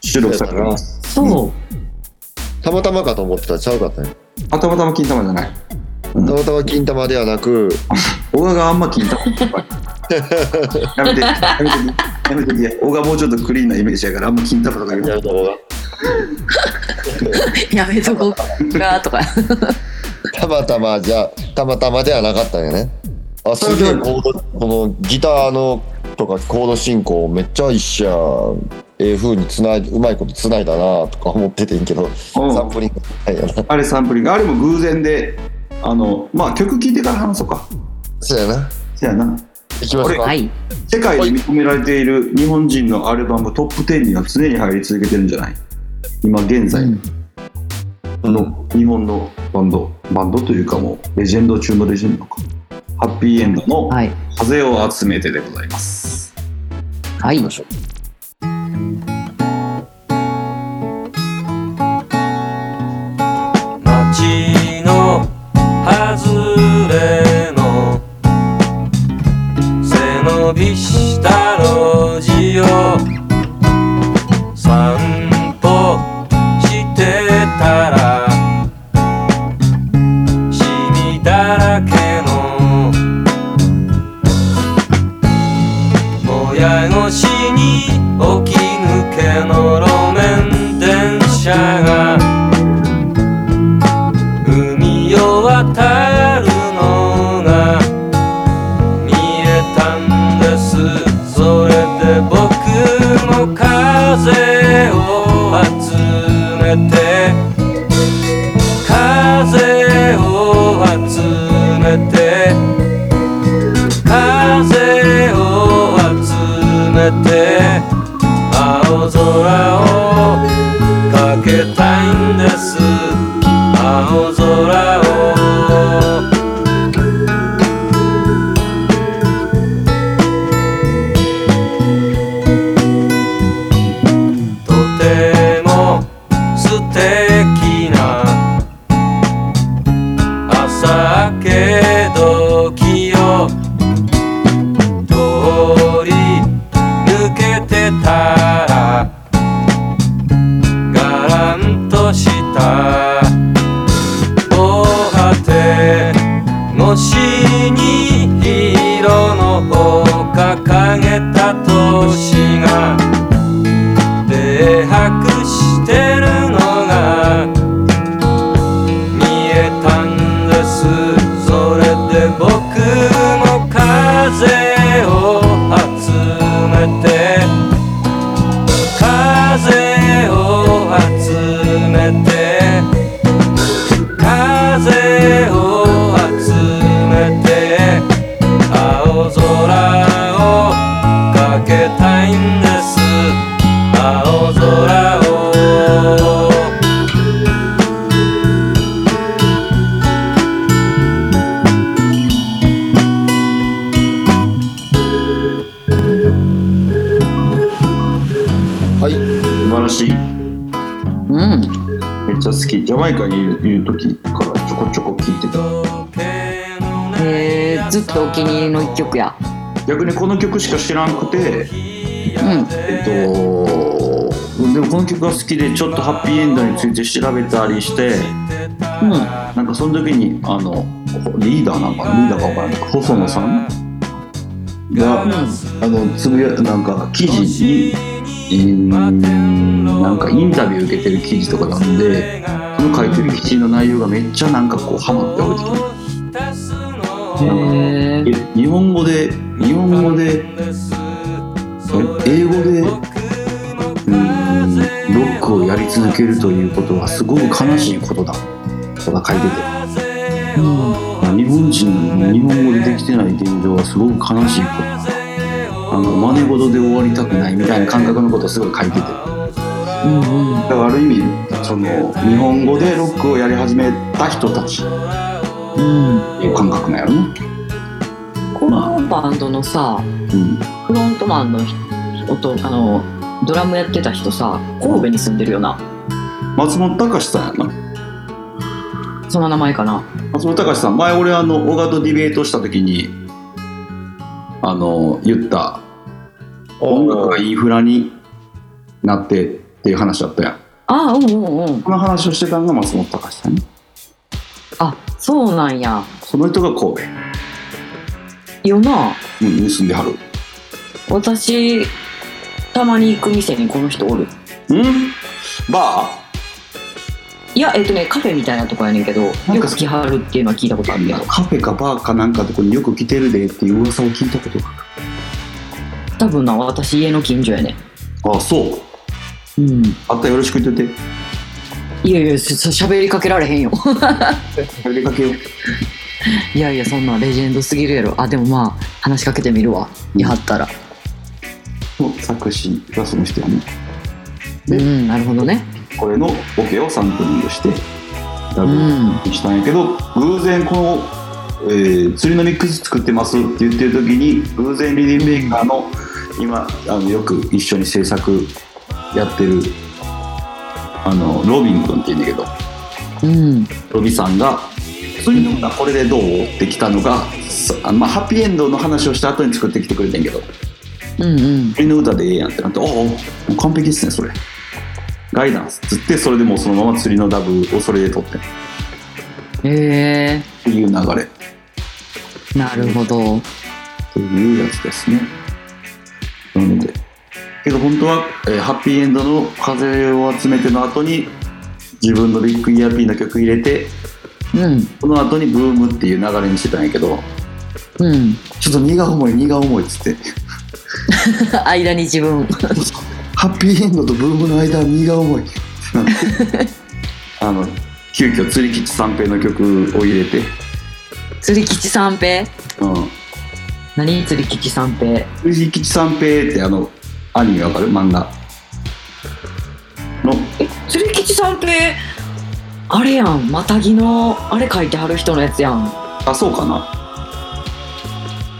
S1: 収録されてます。
S2: そう。
S3: たまたまかと思ってたらちゃうかったね。
S1: あたまたま金玉じゃない
S3: たまたま金玉ではなく、
S1: 小川があんま金玉やめてやめてやめていや小川もうちょっとクリーンなイメージやからあんま金玉とかやめて
S3: やめた方が
S2: やめとこうか とか。
S3: たまたまじゃ、たまたまではなかったんやね。あ、すげえコード、このギターのとかコード進行めっちゃ一緒やん。ええ風につない、うまいことつないだなとか思っててんけど、
S1: うん
S3: サンプリングないよな。
S1: あれサンプリングあれも偶然であのまあ曲聴いてから話そうか
S3: そうやな。
S1: そやない
S3: きますか。
S2: はい。
S1: 世界で認められている日本人のアルバムトップ10には常に入り続けてるんじゃない今現在の日本のバンド、バンドというかもうレジェンド中のレジェンドかハッピーエンドの
S2: はい。
S1: 「風を集めて」でございます
S2: はい。
S4: 街の外れの背伸びした路地を散歩してたらシミだらけの親越しに起き抜けの路面電車が海を渡るのが見えたんですそれで僕も風を集めて風を集めて風を集めて青空をかけたいんです青空をとても素敵な朝明け時を通り抜けてたらがらんとした防波堤越しに色の方掲げた都市が停泊してるのが見えたんですそれで僕も風を集めて風を集めて風を集めて青空をかけたいんです青空を
S3: はい。
S1: 素晴らしい
S2: うん。
S1: めっちゃ好きジャマイカにいるいる時からちょこちょこ聴いてた
S2: えー、ずっとお気に入りの一曲や。
S1: 逆にこの曲しか知らんくて
S2: うん。
S1: えっとでもこの曲が好きでちょっとハッピーエンドについて調べたりして
S2: うん。
S1: なんかその時にあのリーダーなんかなリーダーかわからない細野さんが、あのつぶやなんか記事に、えーなんかインタビュー受けてる記事とかなんでその書いてる記事の内容がめっちゃなんかこうハマって降りてきて
S2: へー。
S1: え日本語で日本語でえ英語でうんロックをやり続けるということはすごく悲しいことだとか書いてて
S2: うん
S1: 日本人の日本語でできてない現状はすごく悲しいことだあの真似事で終わりたくないみたいな感覚のことをすごい書いててだか
S2: うんうん。
S1: らある意味その日本語でロックをやり始めた人たちっ
S2: うん。
S1: ていう感覚なんやろね、
S2: このバンドのさ、
S1: うん、
S2: フロントマンの人音あのドラムやってた人さ神戸に住んでるよな
S1: 松本隆さんやな
S2: その名前かな
S1: 松本隆さん前俺あの小川とディベートした時にあの言った音楽がインフラになってっていう話だったやん
S2: あうんうんうん
S1: この話をしてたのが松本隆さんね
S2: あそうなんや
S1: その人が神戸、
S2: よな
S1: うん、に住んではる
S2: 私たまに行く店にこの人おる
S1: うんバ
S2: いやえっとねカフェみたいなとこやねんけどよ
S1: か
S2: く来はるっていうのは聞いたことあるけ
S1: ー
S2: ど
S1: カフェかバーかなんかとこによく来てるでっていう噂を聞いたことが
S2: 多分な私家の近所やね
S1: あそう
S2: うん
S1: あったらよろしく言ってて
S2: いやいやししゃべりかけられへんよ
S1: お出かけよう
S2: いやいやそんなレジェンドすぎるやろあでもまあ話しかけてみるわやはったら
S1: の作詞がその人やね
S2: う
S1: で
S2: んなるほどね
S1: これのボケをサンプリングしてダ
S2: う
S1: ブル
S2: ん
S1: にしたんやけど偶然この、えー釣りのミックス作ってます」って言ってる時に偶然リリー・ベイカーの今あのよく一緒に制作やってるあのロビン君って言うんだけど
S2: うん
S1: ロビさんが「釣りの歌これでどう?」って来たのが、さあまあ、ハッピーエンドの話をした後に作ってきてくれてんけど
S2: うんうん
S1: 「釣りの歌でええやん」ってなって「おうおうもう完璧っすねそれ」ガイダンスっつってそれでもうそのまま釣りのダブをそれで撮ってっ
S2: へえ
S1: ていう流れ
S2: なるほど
S1: というやつですね。なので、けど本当は、えーハッピーエンドの風を集めての後に、自分のビッグイヤーピーの曲入れて、
S2: うん
S1: その後にブームっていう流れにしてたんやけど、
S2: うん
S1: ちょっと荷が重い、荷が重いっつって、
S2: 間に自分
S1: ハッピーエンドとブームの間は荷が重い。あの、急遽釣り吉三平の曲を入れて、
S2: 釣り吉三平
S1: うん。
S2: 何釣り吉三平
S1: 釣り吉三平ってあの、アニメわかる漫画。の、
S2: え釣り吉三平あれやんマタギのあれ書いてはる人のやつやん
S1: あ、そうかな。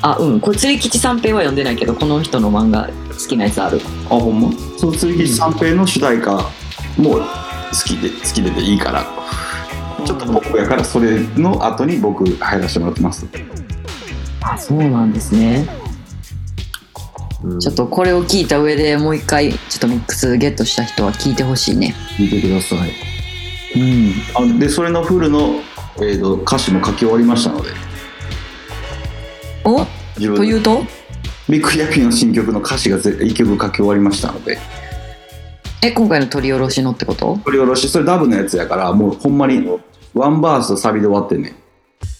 S2: あうんこれ釣り吉三平は読んでないけどこの人の漫画好きなやつある
S1: あほんまそう鶴吉三平の主題歌も好きで好きででいいからちょっとポップやからそれの後に僕入らせてもらってます
S2: あそうなんですねちょっとこれを聞いた上でもう一回ちょっとミックスゲットした人は聞いてほしいね
S1: 見てください
S2: うん
S1: あでそれのフルの、えー、と歌詞も書き終わりましたので
S2: お
S1: 自
S2: と
S1: 分
S2: い
S1: の
S2: うと
S1: ビッグヤピーの新曲の歌詞が1曲書き終わりましたので
S2: え今回の取り下ろしのってこと
S1: これよろしいそれダブのやつやからもうほんまにワンバースとサビで終わってんね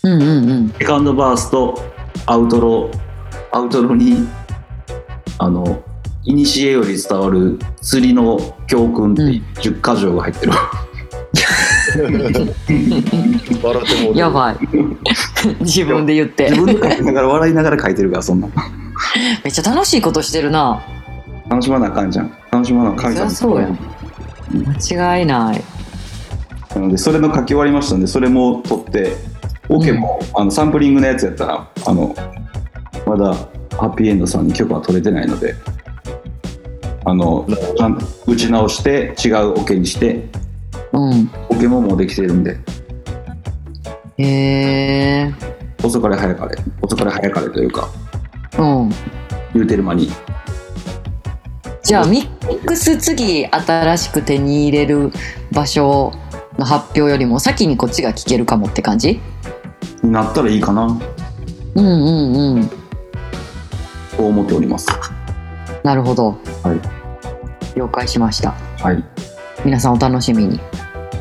S1: ん
S2: うんうんうん
S1: セカンドバースとアウトロー、アウトローに、あの、いにしえより伝わる釣りの教訓って
S2: うん
S1: 10箇条が入ってる。
S3: 笑ってもうて
S2: や ばい自分で言って
S1: 自分で書きながら笑いながら書いてるから、そんな。
S2: めっちゃ楽しいことしてるな
S1: 楽しまなあかんじゃん。楽しまなあかんじゃん。
S2: そりゃそうやん間違いない
S1: なので、それの書き終わりましたんで、それも取って、オ、ケ、も、あのサンプリングのやつやったら、あの、まだハッピーエンドさんに許可は取れてないので、あの、ちゃん打ち直して、違うオ、ケにして、
S2: うん
S1: ポケモンもできてるんで、
S2: へえ
S1: 遅かれ早かれ、遅かれ早かれというか、
S2: うん
S1: 言うてる間に。
S2: じゃあミックス次新しく手に入れる場所の発表よりも先にこっちが聞けるかもって感じ
S1: になったらいいかな、
S2: うんうんうん
S1: と思っております。
S2: なるほど
S1: は
S2: 了解しました
S1: はい。
S2: 皆さんお楽しみに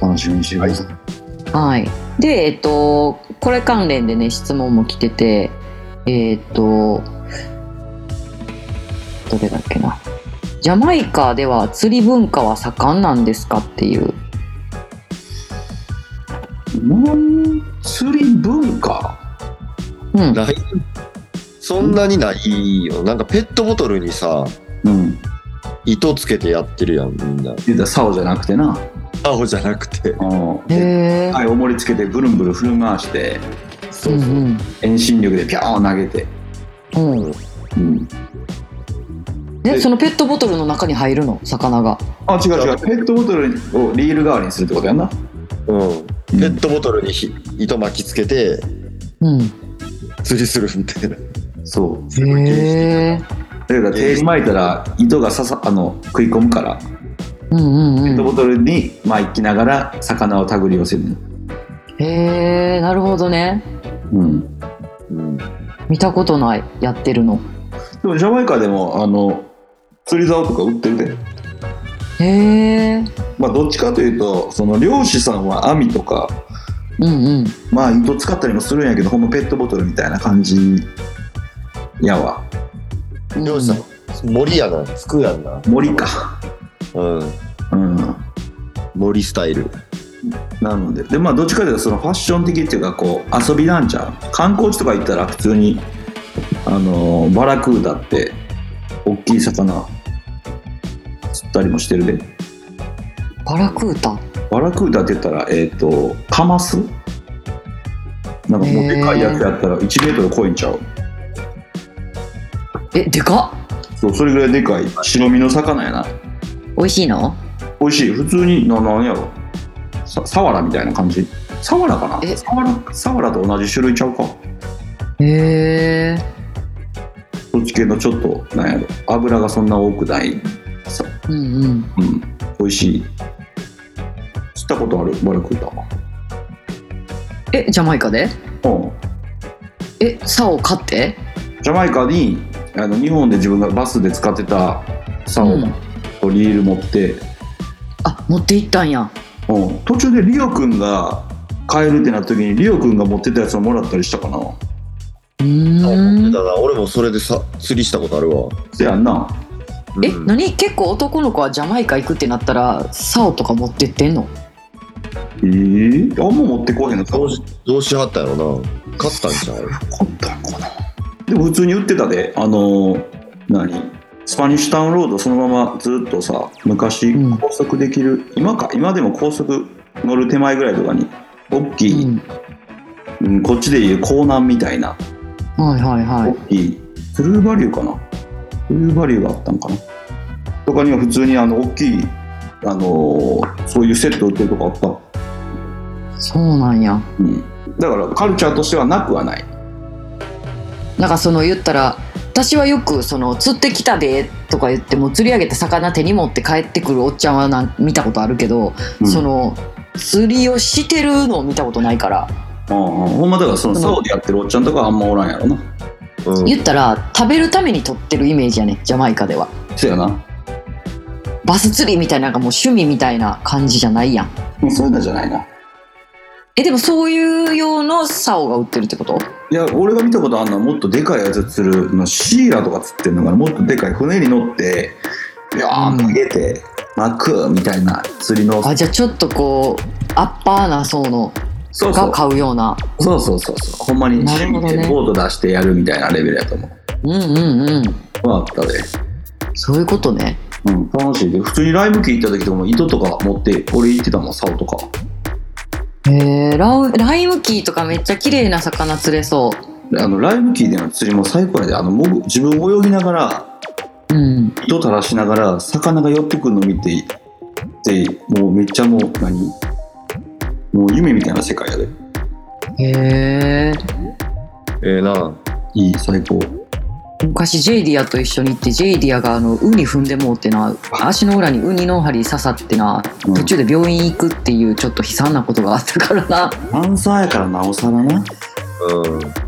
S1: 楽しみにしてください。
S2: はいでえっとこれ関連でね質問も来ててえっとどれだっけなジャマイカでは釣り文化は盛んなんですかっていう
S1: うん釣り文化
S2: うん
S3: ないそんなにないよなんかペットボトルにさ
S1: うん。
S3: 糸つけてやってるやんみんな
S1: 言うたら、竿じゃなくてな。
S3: 青じゃなくて
S1: うん。
S2: へ
S1: で
S2: え
S1: はい、重りつけて、ブルンブル振り回して、
S2: う
S3: そ
S2: ん
S3: うそう
S1: 遠心力でピャーン投げて。
S2: うんうん
S1: うん。
S2: で
S1: で
S2: そのペットボトルの中に入るの魚が
S1: あ、違う違う。ペットボトルをリール代わりにするってことやんな。
S3: うん
S1: うん
S3: ペットボトルにひ糸巻きつけて
S2: うん
S3: 釣りするみたいな
S1: そう。
S2: へえ
S1: だから手に巻いたら糸がささあの食い込むから
S2: ううん
S1: ペット
S2: う
S1: ボ
S2: ん。
S1: トルに、まあ、行きながら魚を手繰り寄せる、
S2: へえ、なるほどね。
S1: うん、
S3: うん
S2: 見たことない、やってるの。
S1: でもジャマイカでもあの釣り竿とか売ってるで、
S2: へえ。
S1: まあ、どっちかというとその漁師さんは網とか、
S2: うんうん。
S1: まあ、糸使ったりもするんやけどほんまペットボトルみたいな感じやわ
S3: 漁師さん、森やな、つくやんな。
S1: 森か
S3: うん。
S1: うん
S3: 森スタイル。
S1: なのででまあどっちかというとそのファッション的っていうかこう遊びなんちゃう観光地とか行ったら普通にあのーバラクーダって大きい魚釣ったりもしてるで
S2: バラクータ。
S1: バラクーダって言ったらえっ、とカマスなんかもうでかいやつやったら1メートル超えんちゃう
S2: え、でかっ
S1: そうそれぐらいでかい白身の魚やな
S2: 美味しいの
S1: 美味しい普通にななんやろさサワラみたいな感じサワラか
S2: え
S1: なサワラサワラと同じ種類ちゃうか
S2: へえ。
S1: そっち系のちょっとなんやろ油がそんな多くないさ
S2: うんうん。
S1: うん美味しい知ったことあるバラクーダ
S2: え、ジャマイカで
S1: うん
S2: え、竿を飼って
S1: ジャマイカにあの日本で自分がバスで使ってた竿
S2: うん
S1: とリール持って、
S2: あ、持って行ったんや。
S1: うん途中でリオくんが買えるってなった時にリオくんが持ってたやつをもらったりしたかな
S2: う
S3: あ
S2: ー
S3: 持っ
S2: ん
S3: て。たな。俺もそれでさ釣りしたことあるわ。
S1: せやんな
S2: え、
S3: うん
S2: 何結構男の子はジャマイカ行くってなったら竿とか持ってってんの
S1: ええあんま持ってこうへんの
S3: どうしどうしはったんやろな。勝ったんじゃん。
S1: でも普通に売ってたであのー何スパニッシュタウンロードそのままずっとさ昔
S2: うん
S1: 高速できる、今か今でも高速乗る手前ぐらいとかに大きい、
S2: うん。
S1: うんこっちでいう港南みたいな
S2: はいはいは
S1: 大
S2: い。
S1: きいトゥルーバリューかなトゥルーバリューがあったんかなとかには普通にあの大きいあのーそういうセット売ってるとこあった、
S2: そうなんや。
S1: うん、だからカルチャーとしてはなくはない
S2: なんかその言ったら私はよくその釣ってきたでとか言っても釣り上げた魚手に持って帰ってくるおっちゃんはなん見たことあるけど、
S1: うん
S2: その釣りをしてるのを見たことないから、
S1: ああほんまだからそのサオでやってるおっちゃんとかはあんまおらんやろな
S3: うん
S2: 言ったら食べるために取ってるイメージやねジャマイカでは
S1: そやな
S2: バス釣りみたいななんかもう趣味みたいな感じじゃないやん
S1: うんそういうのじゃないな
S2: えでもそういう用の竿が売ってるってこと
S1: いや俺が見たことあるのはもっとでかいやつ釣るのシーラとか釣ってるのかなもっとでかい船に乗ってビャーン投げて巻くみたいな釣りの
S2: あじゃあちょっとこうアッパーな層の
S1: そうそ
S2: が
S1: う
S2: 買うような
S1: そうそうそうそうほんまに
S2: なるほどね
S1: 趣味でボート出してやるみたいなレベルやと思う
S2: うんうんうん
S1: まああったで、
S2: そういうことね
S1: うん、楽しいで普通にライブ機行った時とかも糸とか持って俺行ってたもん竿とか
S2: へえラウライムキーとかめっちゃ綺麗な魚釣れそ
S1: であのライブ機での釣りも最高やであの潜自分泳ぎながら
S2: う。うん。
S1: 糸垂らしながら魚が寄ってくるの見てでもうめっちゃもう何もう夢みたいな世界やで
S2: へえ。
S3: ええな。
S1: いい最高
S2: 昔ジェイディアと一緒に行ってジェイディアがあのウニ踏んでもうってな足の裏にウニの針刺さってな
S1: うん
S2: 途中で病院行くっていうちょっと悲惨なことがあったからな、
S1: アンサーやからなおさらな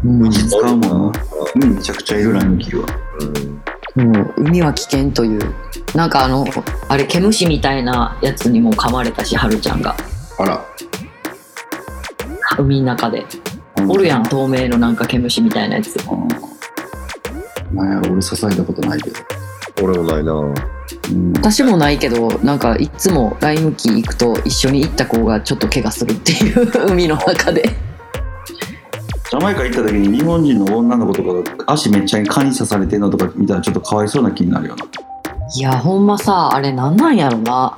S3: うん。
S2: うんそ
S1: 使うもんなうんめちゃくちゃいるライムキーは
S3: うん
S2: う海は危険というなんかあのあれ毛虫みたいなやつにも噛まれたしはるちゃんが
S1: あら
S2: 海の中でおるやん透明のなんか毛虫みたいなやつ
S1: うんなんやろ俺支えたことないけど、
S3: 俺もないな。
S1: うん、
S2: 私もないけどなんかいつもライムキー行くと一緒に行った子がちょっと怪我するっていう海の中で
S1: ジャマイカ行った時に日本人の女の子とかが足めっちゃ蚊に刺されてんのとか見たらちょっとかわいそうな気になるよない
S2: やほんまさあれなんなんやろな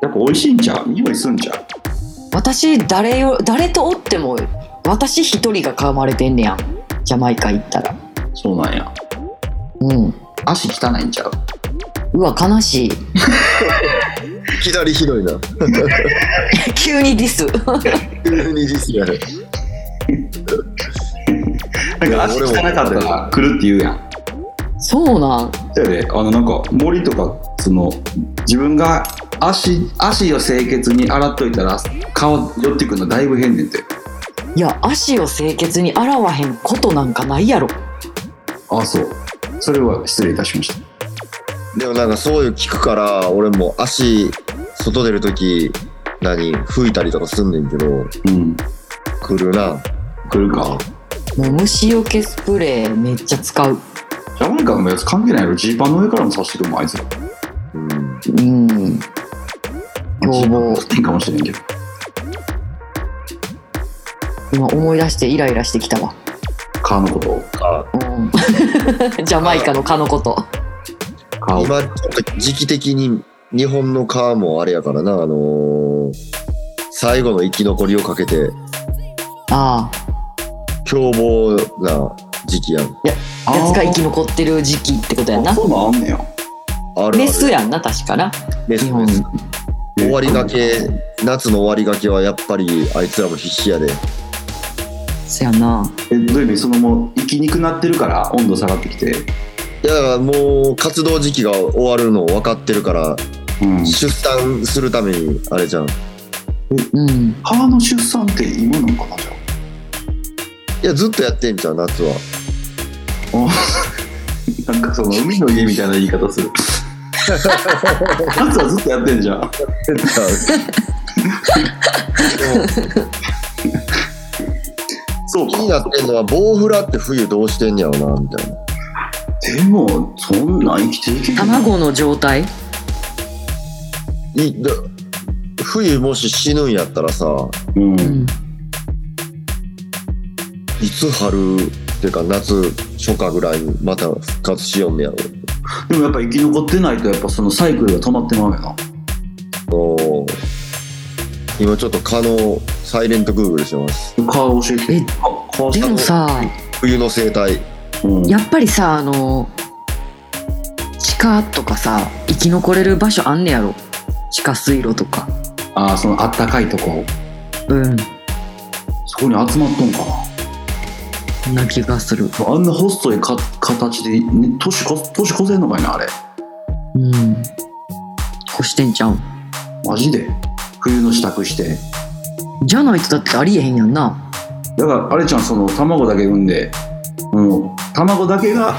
S1: やっぱ美味しいんちゃう匂いすんちゃ
S2: 私誰よ誰とおっても私一人が噛まれてんねやんジャマイカ行ったら
S1: うそうなんや
S2: うん
S1: 足汚いんちゃう
S2: うわ悲しい
S3: 左ひどいな。
S2: 急にディス
S3: 急にディスやる。
S1: なんか足汚かったら来るって言うやん
S2: そうなん
S1: だよねあのなんか森とかその自分が足足を清潔に洗っといたら顔寄ってくるのだいぶ変ねんて
S2: いや足を清潔に洗わへんことなんかないやろ
S1: ああそうそれは失礼いたしました
S3: でもなんかそういう聞くから俺も足外出る時何吹いたりとかすんねんけど
S1: うん
S3: 来るな
S1: 来るか
S2: もう虫除けスプレーめっちゃ使う
S1: ジャマイカのやつ関係ないやろジーパンの上からも刺してくるもんあいつら
S3: うん
S2: うん
S1: ジ
S2: 凶
S1: ーパン
S2: 暴
S1: 食ってんかもしれんけど
S2: 今思い出してイライラしてきたわ、
S1: 顔のこと
S3: あ
S2: うん、 ジャマイカの蚊のこと
S1: 顔
S3: 今ちょっと時期的に日本の川もあれやからなあのー最後の生き残りをかけて
S2: あ
S3: 凶暴な時期やん
S2: あやつが生き
S1: る
S2: 残ってる時期ってことやな
S1: そうなんあんねや
S3: あるある
S2: メスやんな確かな
S3: メス
S2: 日本
S3: メス終わりがけ夏の終わりがけはやっぱりあいつらも必死やで
S2: そやな
S1: えどういう意味そのもう生きにくなってるから温度下がってきて
S3: いやだからもう活動時期が終わるのを分かってるから
S1: うん
S3: 出産するためにあれじゃんい
S2: うん
S1: 川の出産って今なんかなじゃ
S3: やずっとやってんじゃん 夏は
S1: あなんかその海の家みたいな言い方する夏はずっとやってんじゃん
S3: でも
S1: そう
S3: 気になってんのは棒フラって冬どうしてんやろなみたいな
S1: でもそんなん生きていけない
S2: 卵の状態
S3: いで冬もし死ぬんやったらさ
S1: うん
S2: うん
S3: いつ春っていうか夏初夏ぐらいにまた復活しよんねやろ
S1: でもやっぱ生き残ってないとやっぱそのサイクルが止まってまうよな
S3: おー今ちょっと蚊のサイレントグーグルしてます
S1: 顔教えて
S2: え
S1: あ顔
S2: でもさ
S3: 冬の生態
S1: うん
S2: やっぱりさあの地下とかさ生き残れる場所あんねやろ地下水路とか
S1: あーそのあったかいとこ
S2: うん
S1: そこに集まっとんか
S2: そんな気がする
S1: なあんな細いか形で、ね、年こ年越せんのかいなあれ
S2: うん干してんちゃうん
S1: マジで冬の支度して
S2: じゃないとだってありえへんやんな
S1: だからあれちゃんその卵だけ産んで、うん、卵だけが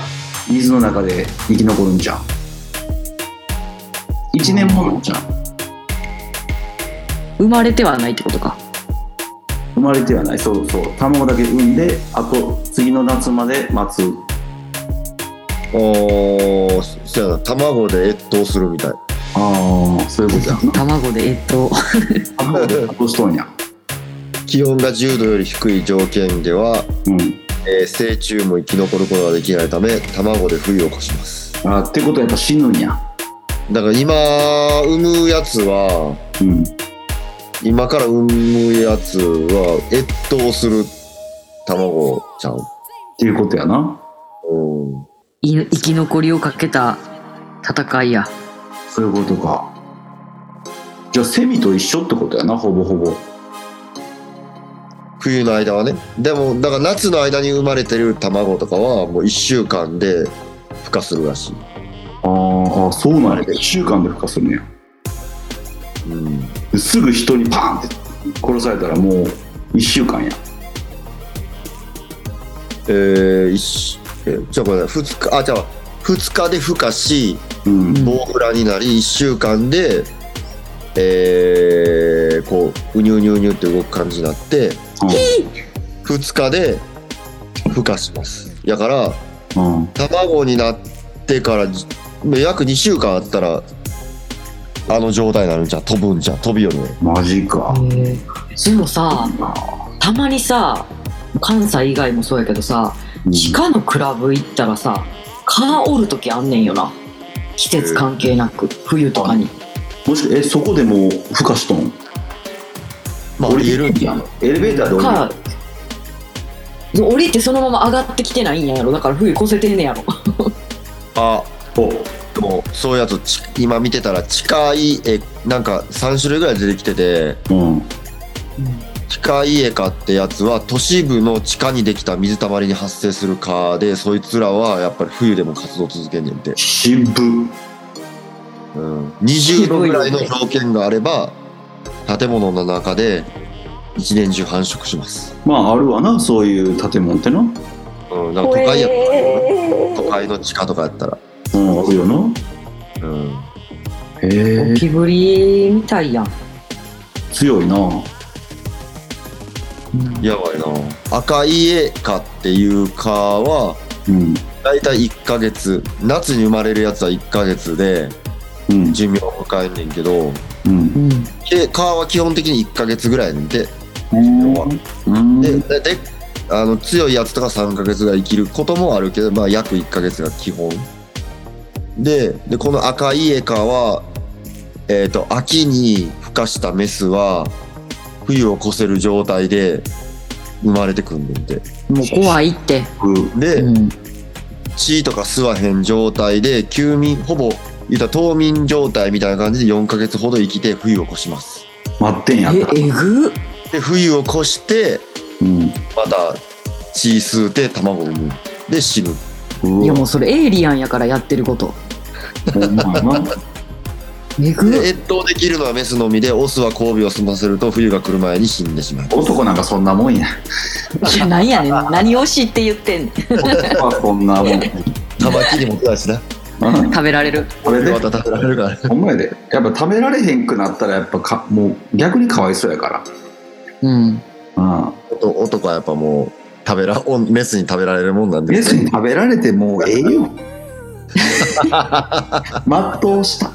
S1: 水の中で生き残るんじゃん1年ものじゃん
S2: 生まれてはないってことか
S1: 生まれてはないそうそう卵だけ産んであと次の夏まで待つ
S3: おーそやな卵で越冬するみたい
S1: ああそうい うことやな
S2: 卵でえっと
S1: 卵で落としとんや
S3: 気温が10度より低い条件では、
S1: うん
S3: えー成虫も生き残ることができないため卵で冬を越します
S1: あーってことはやっぱ死ぬんや
S3: だから今産むやつは
S1: うん
S3: 今から産むやつは越冬する卵ちゃ
S1: っ
S3: う、
S1: ていうことやな
S3: うん、
S2: い生き残りをかけた戦いや
S1: そういうことかじゃあセミと一緒ってことやなほぼほぼ
S3: 冬の間はねでもだから夏の間に生まれてる卵とかはもう1週間で孵化するらしい、
S1: あーあーそうなんや1週間で孵化するねや
S3: うん、
S1: ですぐ人にパーンって殺されたらもう1週間や
S3: えー、一えーちょっとごめんなさい2日あじゃあ2日で孵化し
S1: うん
S2: うん
S3: 棒フラになり1週間で、えー、こううにゅうにゅうにゅうって動く感じになって2日で孵化しますだから
S1: うん、うん、
S3: 卵になってからじ約2週間あったらあの状態になるんじゃん飛ぶんじゃん飛びよるね
S1: マジか
S2: でもさたまにさ関西以外もそうやけどさ地下のクラブ行ったらさ蚊おる時あんねんよな季節関係なく冬とかに
S1: もしかえそこでもう孵化しとん
S3: まあ
S1: 降り
S3: 言えるんじゃん
S1: エレベーターで降り
S2: か降りてそのまま上がってきてないんやろだから冬越せてんねやろ
S3: あ
S1: お
S3: でもそういうやつち今見てたら近いえなんか3種類ぐらい出てきてて
S1: うん
S3: 地下イエカってやつは都市部の地下にできた水たまりに発生する蚊でそいつらはやっぱり冬でも活動続けんねんて
S1: 渋
S3: うん、20度ぐらいの条件があれば建物の中で一年中繁殖します、
S1: まああるわなそういう建物ってなうん
S3: うん、なんか都会やったら
S2: え
S3: 都会の地下とかやったら、
S1: あるよな
S3: う
S1: へ
S3: ん、
S2: ー
S1: え
S2: ゴキブリみたいやん。
S1: 強いな
S3: やばいな赤いエカっていう蚊は
S1: うん
S3: 大体1ヶ月夏に生まれるやつは1ヶ月で
S1: うん
S3: 寿命を迎えんねんけど
S1: うん
S2: うん。
S3: で蚊は基本的に1ヶ月ぐらいやねんて
S1: うん
S3: ででであの強いやつとか3ヶ月が生きることもあるけど、まあ、約1ヶ月が基本ででこの赤いエカは、えー、と秋に孵化したメスは冬を越せる状態で生まれてくんねんて
S2: もう怖いって。
S3: で、
S2: うん。
S3: 血とか吸わへん状態で休眠ほぼ言ったら冬眠状態みたいな感じで4ヶ月ほど生きて冬を越します
S1: 待ってんやっ
S2: え
S1: た、
S2: えぐっ。
S3: で冬を越して
S1: うん
S3: また血吸うて卵を産むで死ぬ
S1: う
S2: いやも
S1: わ
S2: うそれエイリアンやからやってること。
S1: ほんまやな
S2: えぐ
S3: で
S2: っ。
S3: 越冬できるのはメスのみでオスは交尾を済ませると冬が来る前に死んでし まう
S1: 男なんかそんなもんや
S2: いや、なんやねん。何を知って言ってんねん。
S1: 男はそんなもんうん
S3: 玉切りも食わ しな
S2: 食べられる。
S1: これ
S3: ま
S1: で
S3: た食べられるから
S1: ほんまやでやっぱ食べられへんくなったらやっぱかもう逆にかわいそうやか
S2: うん。
S1: らうん
S3: 男男はやっぱもう食べらおメスに食べられるもんなんで
S1: メス
S3: すね
S1: に食べられてもうええ よ全うした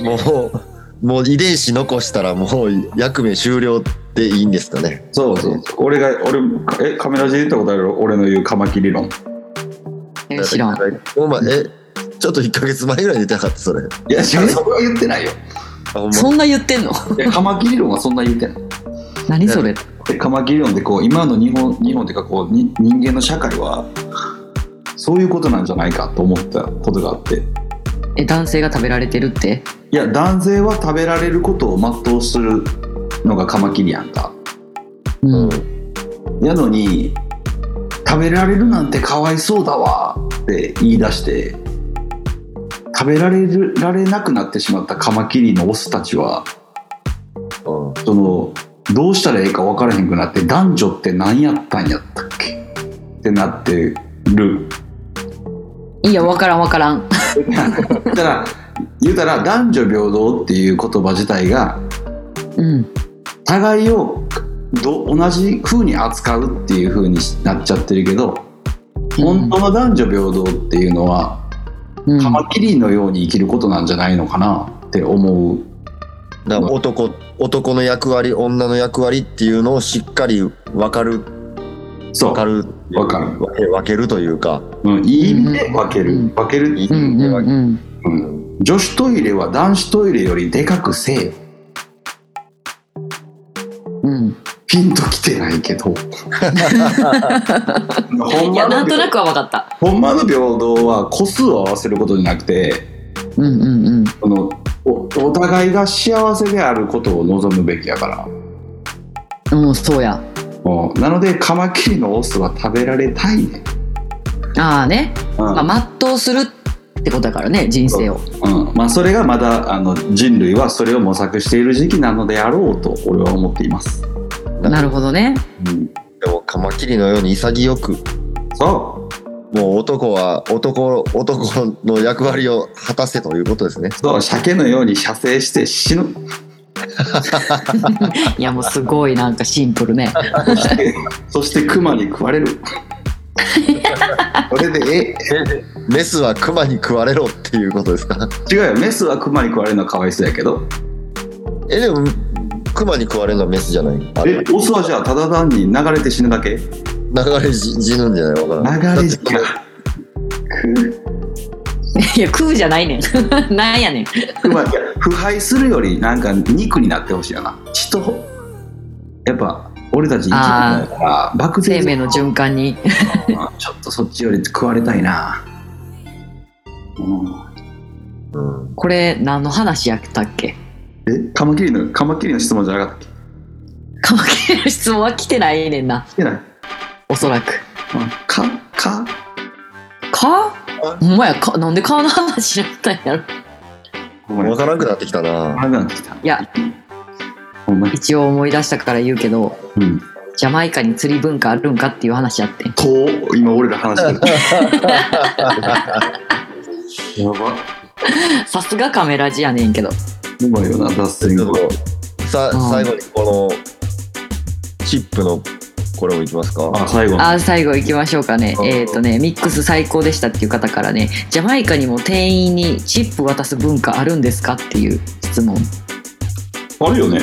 S3: もう もう遺伝子残したらもう役目終了でいいんですかね
S1: そうそう俺が俺えカメラで言ったことある俺の言うカマキリ論
S2: え知らん。
S3: お前えちょっと1か月前ぐらいに言ってなかったそれ
S1: いやそれは言ってないよ
S3: あほんま
S2: そんな言ってんの
S1: いやカマキリ論はそんな言ってない
S2: 何それ
S1: でカマキリ論ってこう今の日本日本っていうかこうに人間の社会はそういうことなんじゃないかと思ったことがあって
S2: え、男性が食べられてるって
S1: いや男性は食べられることを全うするのがカマキリやんか
S2: うん。
S1: やのに食べられるなんてかわいそうだわって言い出して食べられるられなくなってしまったカマキリのオスたちは
S3: うん
S1: そのどうしたらええか分からへんくなって男女って何やったんやったっけってなってる
S2: いや、わからんわからん。
S1: だから言うたら男女平等っていう言葉自体が
S2: うん。
S1: 互いをど同じ風に扱うっていう風になっちゃってるけど本当の男女平等っていうのは
S2: うん
S1: カマキリのように生きることなんじゃないのかなって思う
S3: だから男男の役割女の役割っていうのをしっかり分かる
S1: そ
S3: 分か
S1: う、
S3: る
S1: わかる
S3: 分け分けるというか
S1: うん、いい意味で分ける、
S2: うん
S1: 分ける、
S2: うんうんうん。
S1: うん女子トイレは男子トイレよりでかくせえ
S2: うん。
S1: ピンときてないけ どほん
S2: い
S1: ま
S2: や、な
S1: の
S2: んとな
S1: 平
S2: くはわかった。
S1: ほんまの平等は個数を合わせることじゃなくて
S2: うんうんうん。
S1: そのおお互いが幸せであることを望むべきやから
S2: うん、そうや。
S1: うんなのでカマキリのオスは食べられたいねん、
S2: ああね。
S1: うん
S2: まあ、全うするってことだからね、人生を。
S1: うんまあ、それがまだあの人類はそれを模索している時期なのであろうと俺は思っています。
S2: なるほどね。
S1: うん、
S3: でもカマキリのように潔く
S1: そ
S3: もう男は男男の役割を果たせということですね
S1: うそう鮭のように射精して死ぬ
S2: いや、もうすごいなんかシンプルね。
S1: そしてそして熊に食われるこれで
S3: メスはクマに食われろっていうことですか
S1: え違うよメスは熊に食われるのはかわいそうやけど
S3: えでもクマに食われるのはメスじゃないあれ
S1: えオスはじゃあただ単に流れて死ぬだけ流
S3: 流れ死死ぬんじゃないわからん
S1: れ
S3: だ
S1: じ
S3: って
S1: ゃ
S2: いや、食うじゃないねん。 なんやねん。
S1: 熊いや腐敗するよりなんか肉になってほしいよな血とやっぱ俺たち生きてるから漠然
S2: 生命の循環に。
S1: まあちょっとそっちより食われたいな。うん
S3: うん
S2: これ、何の話やったっけ
S1: え、カマキリの、カマキリの質問じゃなかったっけ
S2: カマキリの質問は来てないねんな。
S1: 来てない。うん
S2: おそらく。
S1: か、か、
S2: かお前やかなんで顔の話になったんやろ
S3: わからなくなってきたな。
S1: 長くなってきた。
S2: いや、
S1: ほんまに。
S2: 一応思い出したから言うけど、
S1: うん。
S2: ジャマイカに釣り文化あるんかっていう話あって。
S1: と、今俺ら話 してる。やば。
S2: さすがカメラジやねんけど。
S1: うまいよな、脱線
S3: ち
S1: が
S3: ょっ。とさ
S2: うん
S3: 最後にこのチップのこれをいきますか。
S1: あ、最後。
S2: あー最後行きましょうかね
S3: う。ん
S2: えっ、とね、ミックス最高でしたっていう方からね、ジャマイカにも店員にチップ渡す文化あるんですかっていう質問。
S1: あるよね。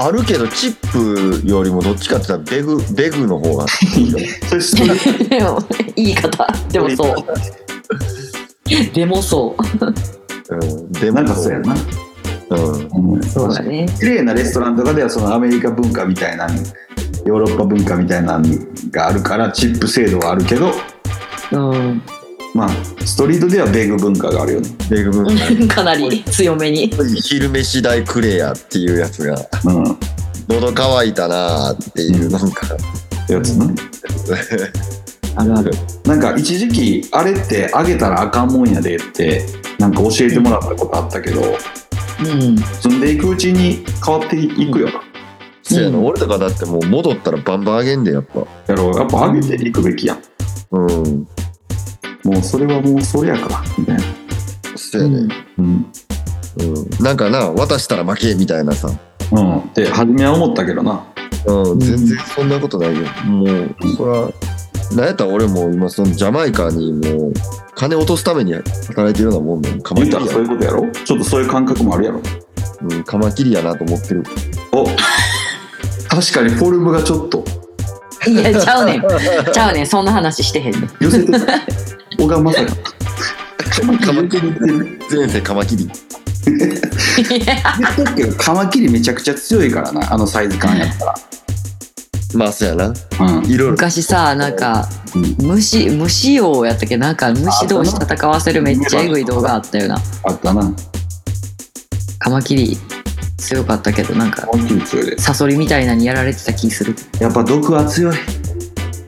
S3: あるけどチップよりもどっちかって言ったらベグベグの方がいいよ。
S1: それ、それ
S2: でも言い方。 でもそう。 でもそう。
S3: うん。で
S1: なんかそうやな。
S3: うん。
S1: うん
S2: そうだね。
S1: 綺麗なレストランとかではそのアメリカ文化みたいなヨーロッパ文化みたいなのがあるからチップ制度はあるけど
S2: うん。
S1: まあストリートではベグ文化があるよね、
S3: ベグ文化。
S2: かなり強めに。
S3: 昼飯代くれやっていうやつが
S1: うん、
S3: 喉乾いたなーっていうなんか
S1: やつね
S2: あるある。
S1: なんか一時期あれってあげたらあかんもんやでってなんか教えてもらったことあったけど
S2: うん。
S1: 住んでいくうちに変わっていくよな
S3: そうやな、
S2: うん
S3: 俺とかだってもう戻ったらバンバンあげんでやっぱ
S1: やろうやっぱあげていくべきやん
S3: うん
S1: もうそれはもうそれやからみたいな、
S3: そうやね、
S1: うん
S3: うんなんかな渡したら負けみたいなさ、
S1: うん、って初めは思ったけどな
S3: うん、全然そんなことないよ、もうそらなんやったら俺も今そのジャマイカにもう金落とすために働いてるようなもんでカマ
S1: 言っ
S3: キ
S1: たら
S3: リや
S1: そういうことやろちょっとそういう感覚もあるやろ
S3: うん、カマキリやなと思ってる
S1: お確かにフォルムがちょっと
S2: いや、ちゃうねん。ちゃうねん。そんな話してへんねん。
S1: 寄せてる小川まさか
S3: カマキ
S1: 言
S3: リ
S1: ってる
S3: 前世カマキリ
S1: 言ったけどカマキリめちゃくちゃ強いからなあのサイズ感やったら
S3: まあそうやな
S1: うん
S3: いろいろ
S2: 昔さ、なんか
S1: うん、
S2: 虫、虫王やったっけなんか虫同士戦わせるめっちゃえぐい動画あったよな。
S1: あったな
S2: カマキリ強かったけど、なんか
S1: カ、マキリ強いで
S2: サソリみたいなにやられてた気する。
S1: やっぱ毒は強い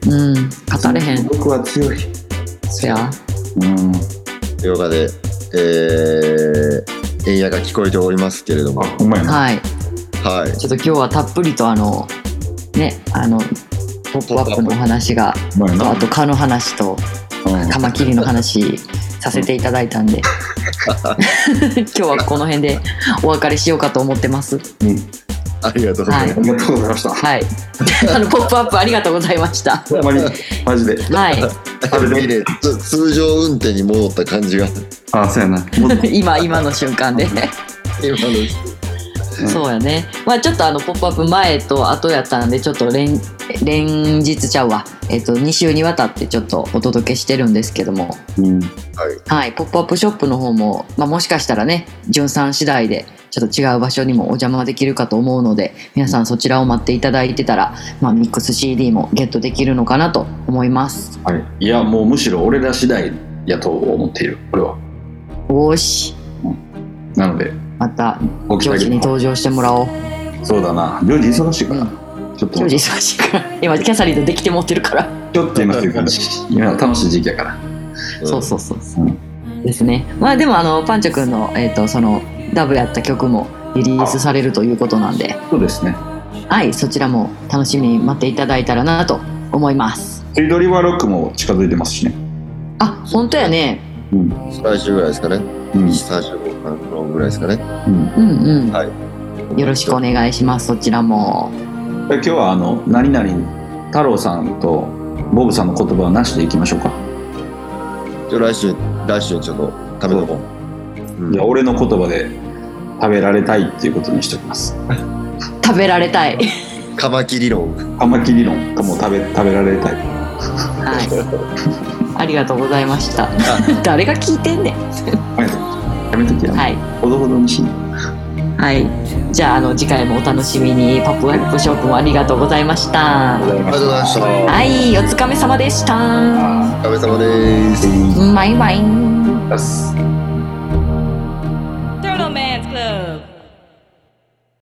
S2: うん。語れへん。
S1: 毒は強い
S2: そや。
S1: うん
S3: ヨガでえー、エイヤが聞こえておりますけれども
S1: あほんまやな
S2: はい。
S3: はい
S2: ちょっと今日はたっぷりとあの、ね、あの、ポップアップのお話が、
S1: ほんまやな
S2: あと蚊の話と、
S1: うん
S2: カマキリの話させていただいたんで今日はこの辺でお別れしようかと思ってます
S3: ありがとうございます、
S1: ありがとうございました
S2: はいあの「ポップアップありがとうございました
S1: ほんまにマジで
S2: はい
S1: 食べて
S3: いいねつ通常運転に戻った感じが
S1: あそうやなもう
S2: 今今の瞬間で
S3: 今の
S2: そうやねまあちょっとあの「ポップアップ前と後やったんでちょっと連連日ちゃうわ、えっと2週にわたってちょっとお届けしてるんですけども
S1: うん
S2: はい、ポップアップショップの方も、まあ、もしかしたらね、順さん次第で、ちょっと違う場所にもお邪魔できるかと思うので、皆さんそちらを待っていただいてたら、まあ、ミックス CD もゲットできるのかなと思います。
S1: はいいやもうむしろ俺ら次第やと思っているこれは
S2: おーし、
S1: なので
S2: また、
S1: ご期
S2: ジョー
S1: 待
S2: ジに
S1: くださ
S2: 登場してもらおう。
S1: いそうだなジョージ忙しいから
S2: う
S1: ちょっと
S2: ジョージ忙しいから、今、キャサリンとできて持ってるから。
S1: ちょっと今という感じ今楽しい時期やから
S2: そうそうそうそうですね。まあでも、あの、パンチョ君の、えっ、と、その、ダブやった曲もリリースされるということなんで、
S1: そうですね
S2: はい、そちらも楽しみに待っていただいたらなと思います。
S1: スイートリバーロックも近づいてますしね。
S2: あ、本当やね。
S1: うん。
S3: 最終ぐらいですかね
S1: うん。
S3: 最終ぐらいですかね
S1: うん。
S2: うんうん。
S3: は
S2: よろしくお願いします。そちらも。
S1: 今日はあの、何々、太郎さんとボブさんの言葉はなしでいきましょうか。
S3: ちょ来週来週にちょっと食べとこう、うん
S1: じゃあ、俺の言葉で食べられたいっていうことにしておきます。
S2: 食べられたい。
S3: カマキリ論
S1: カマキリ論かも食べ、食べられたい。
S2: はい。ありがとうござい ました。誰が聞いてんねん。
S1: はい。やめときや。
S2: はい。
S1: ほどほどにし。
S2: はい。じゃあ、あの、次回もお楽しみに。パップワイプショップもありがとうございました。
S1: ありがとう
S3: ありがとうございました
S2: はい。お疲れ様でした。
S1: あ
S3: お疲れ様です
S1: ーいい
S2: バイバイ。
S1: です。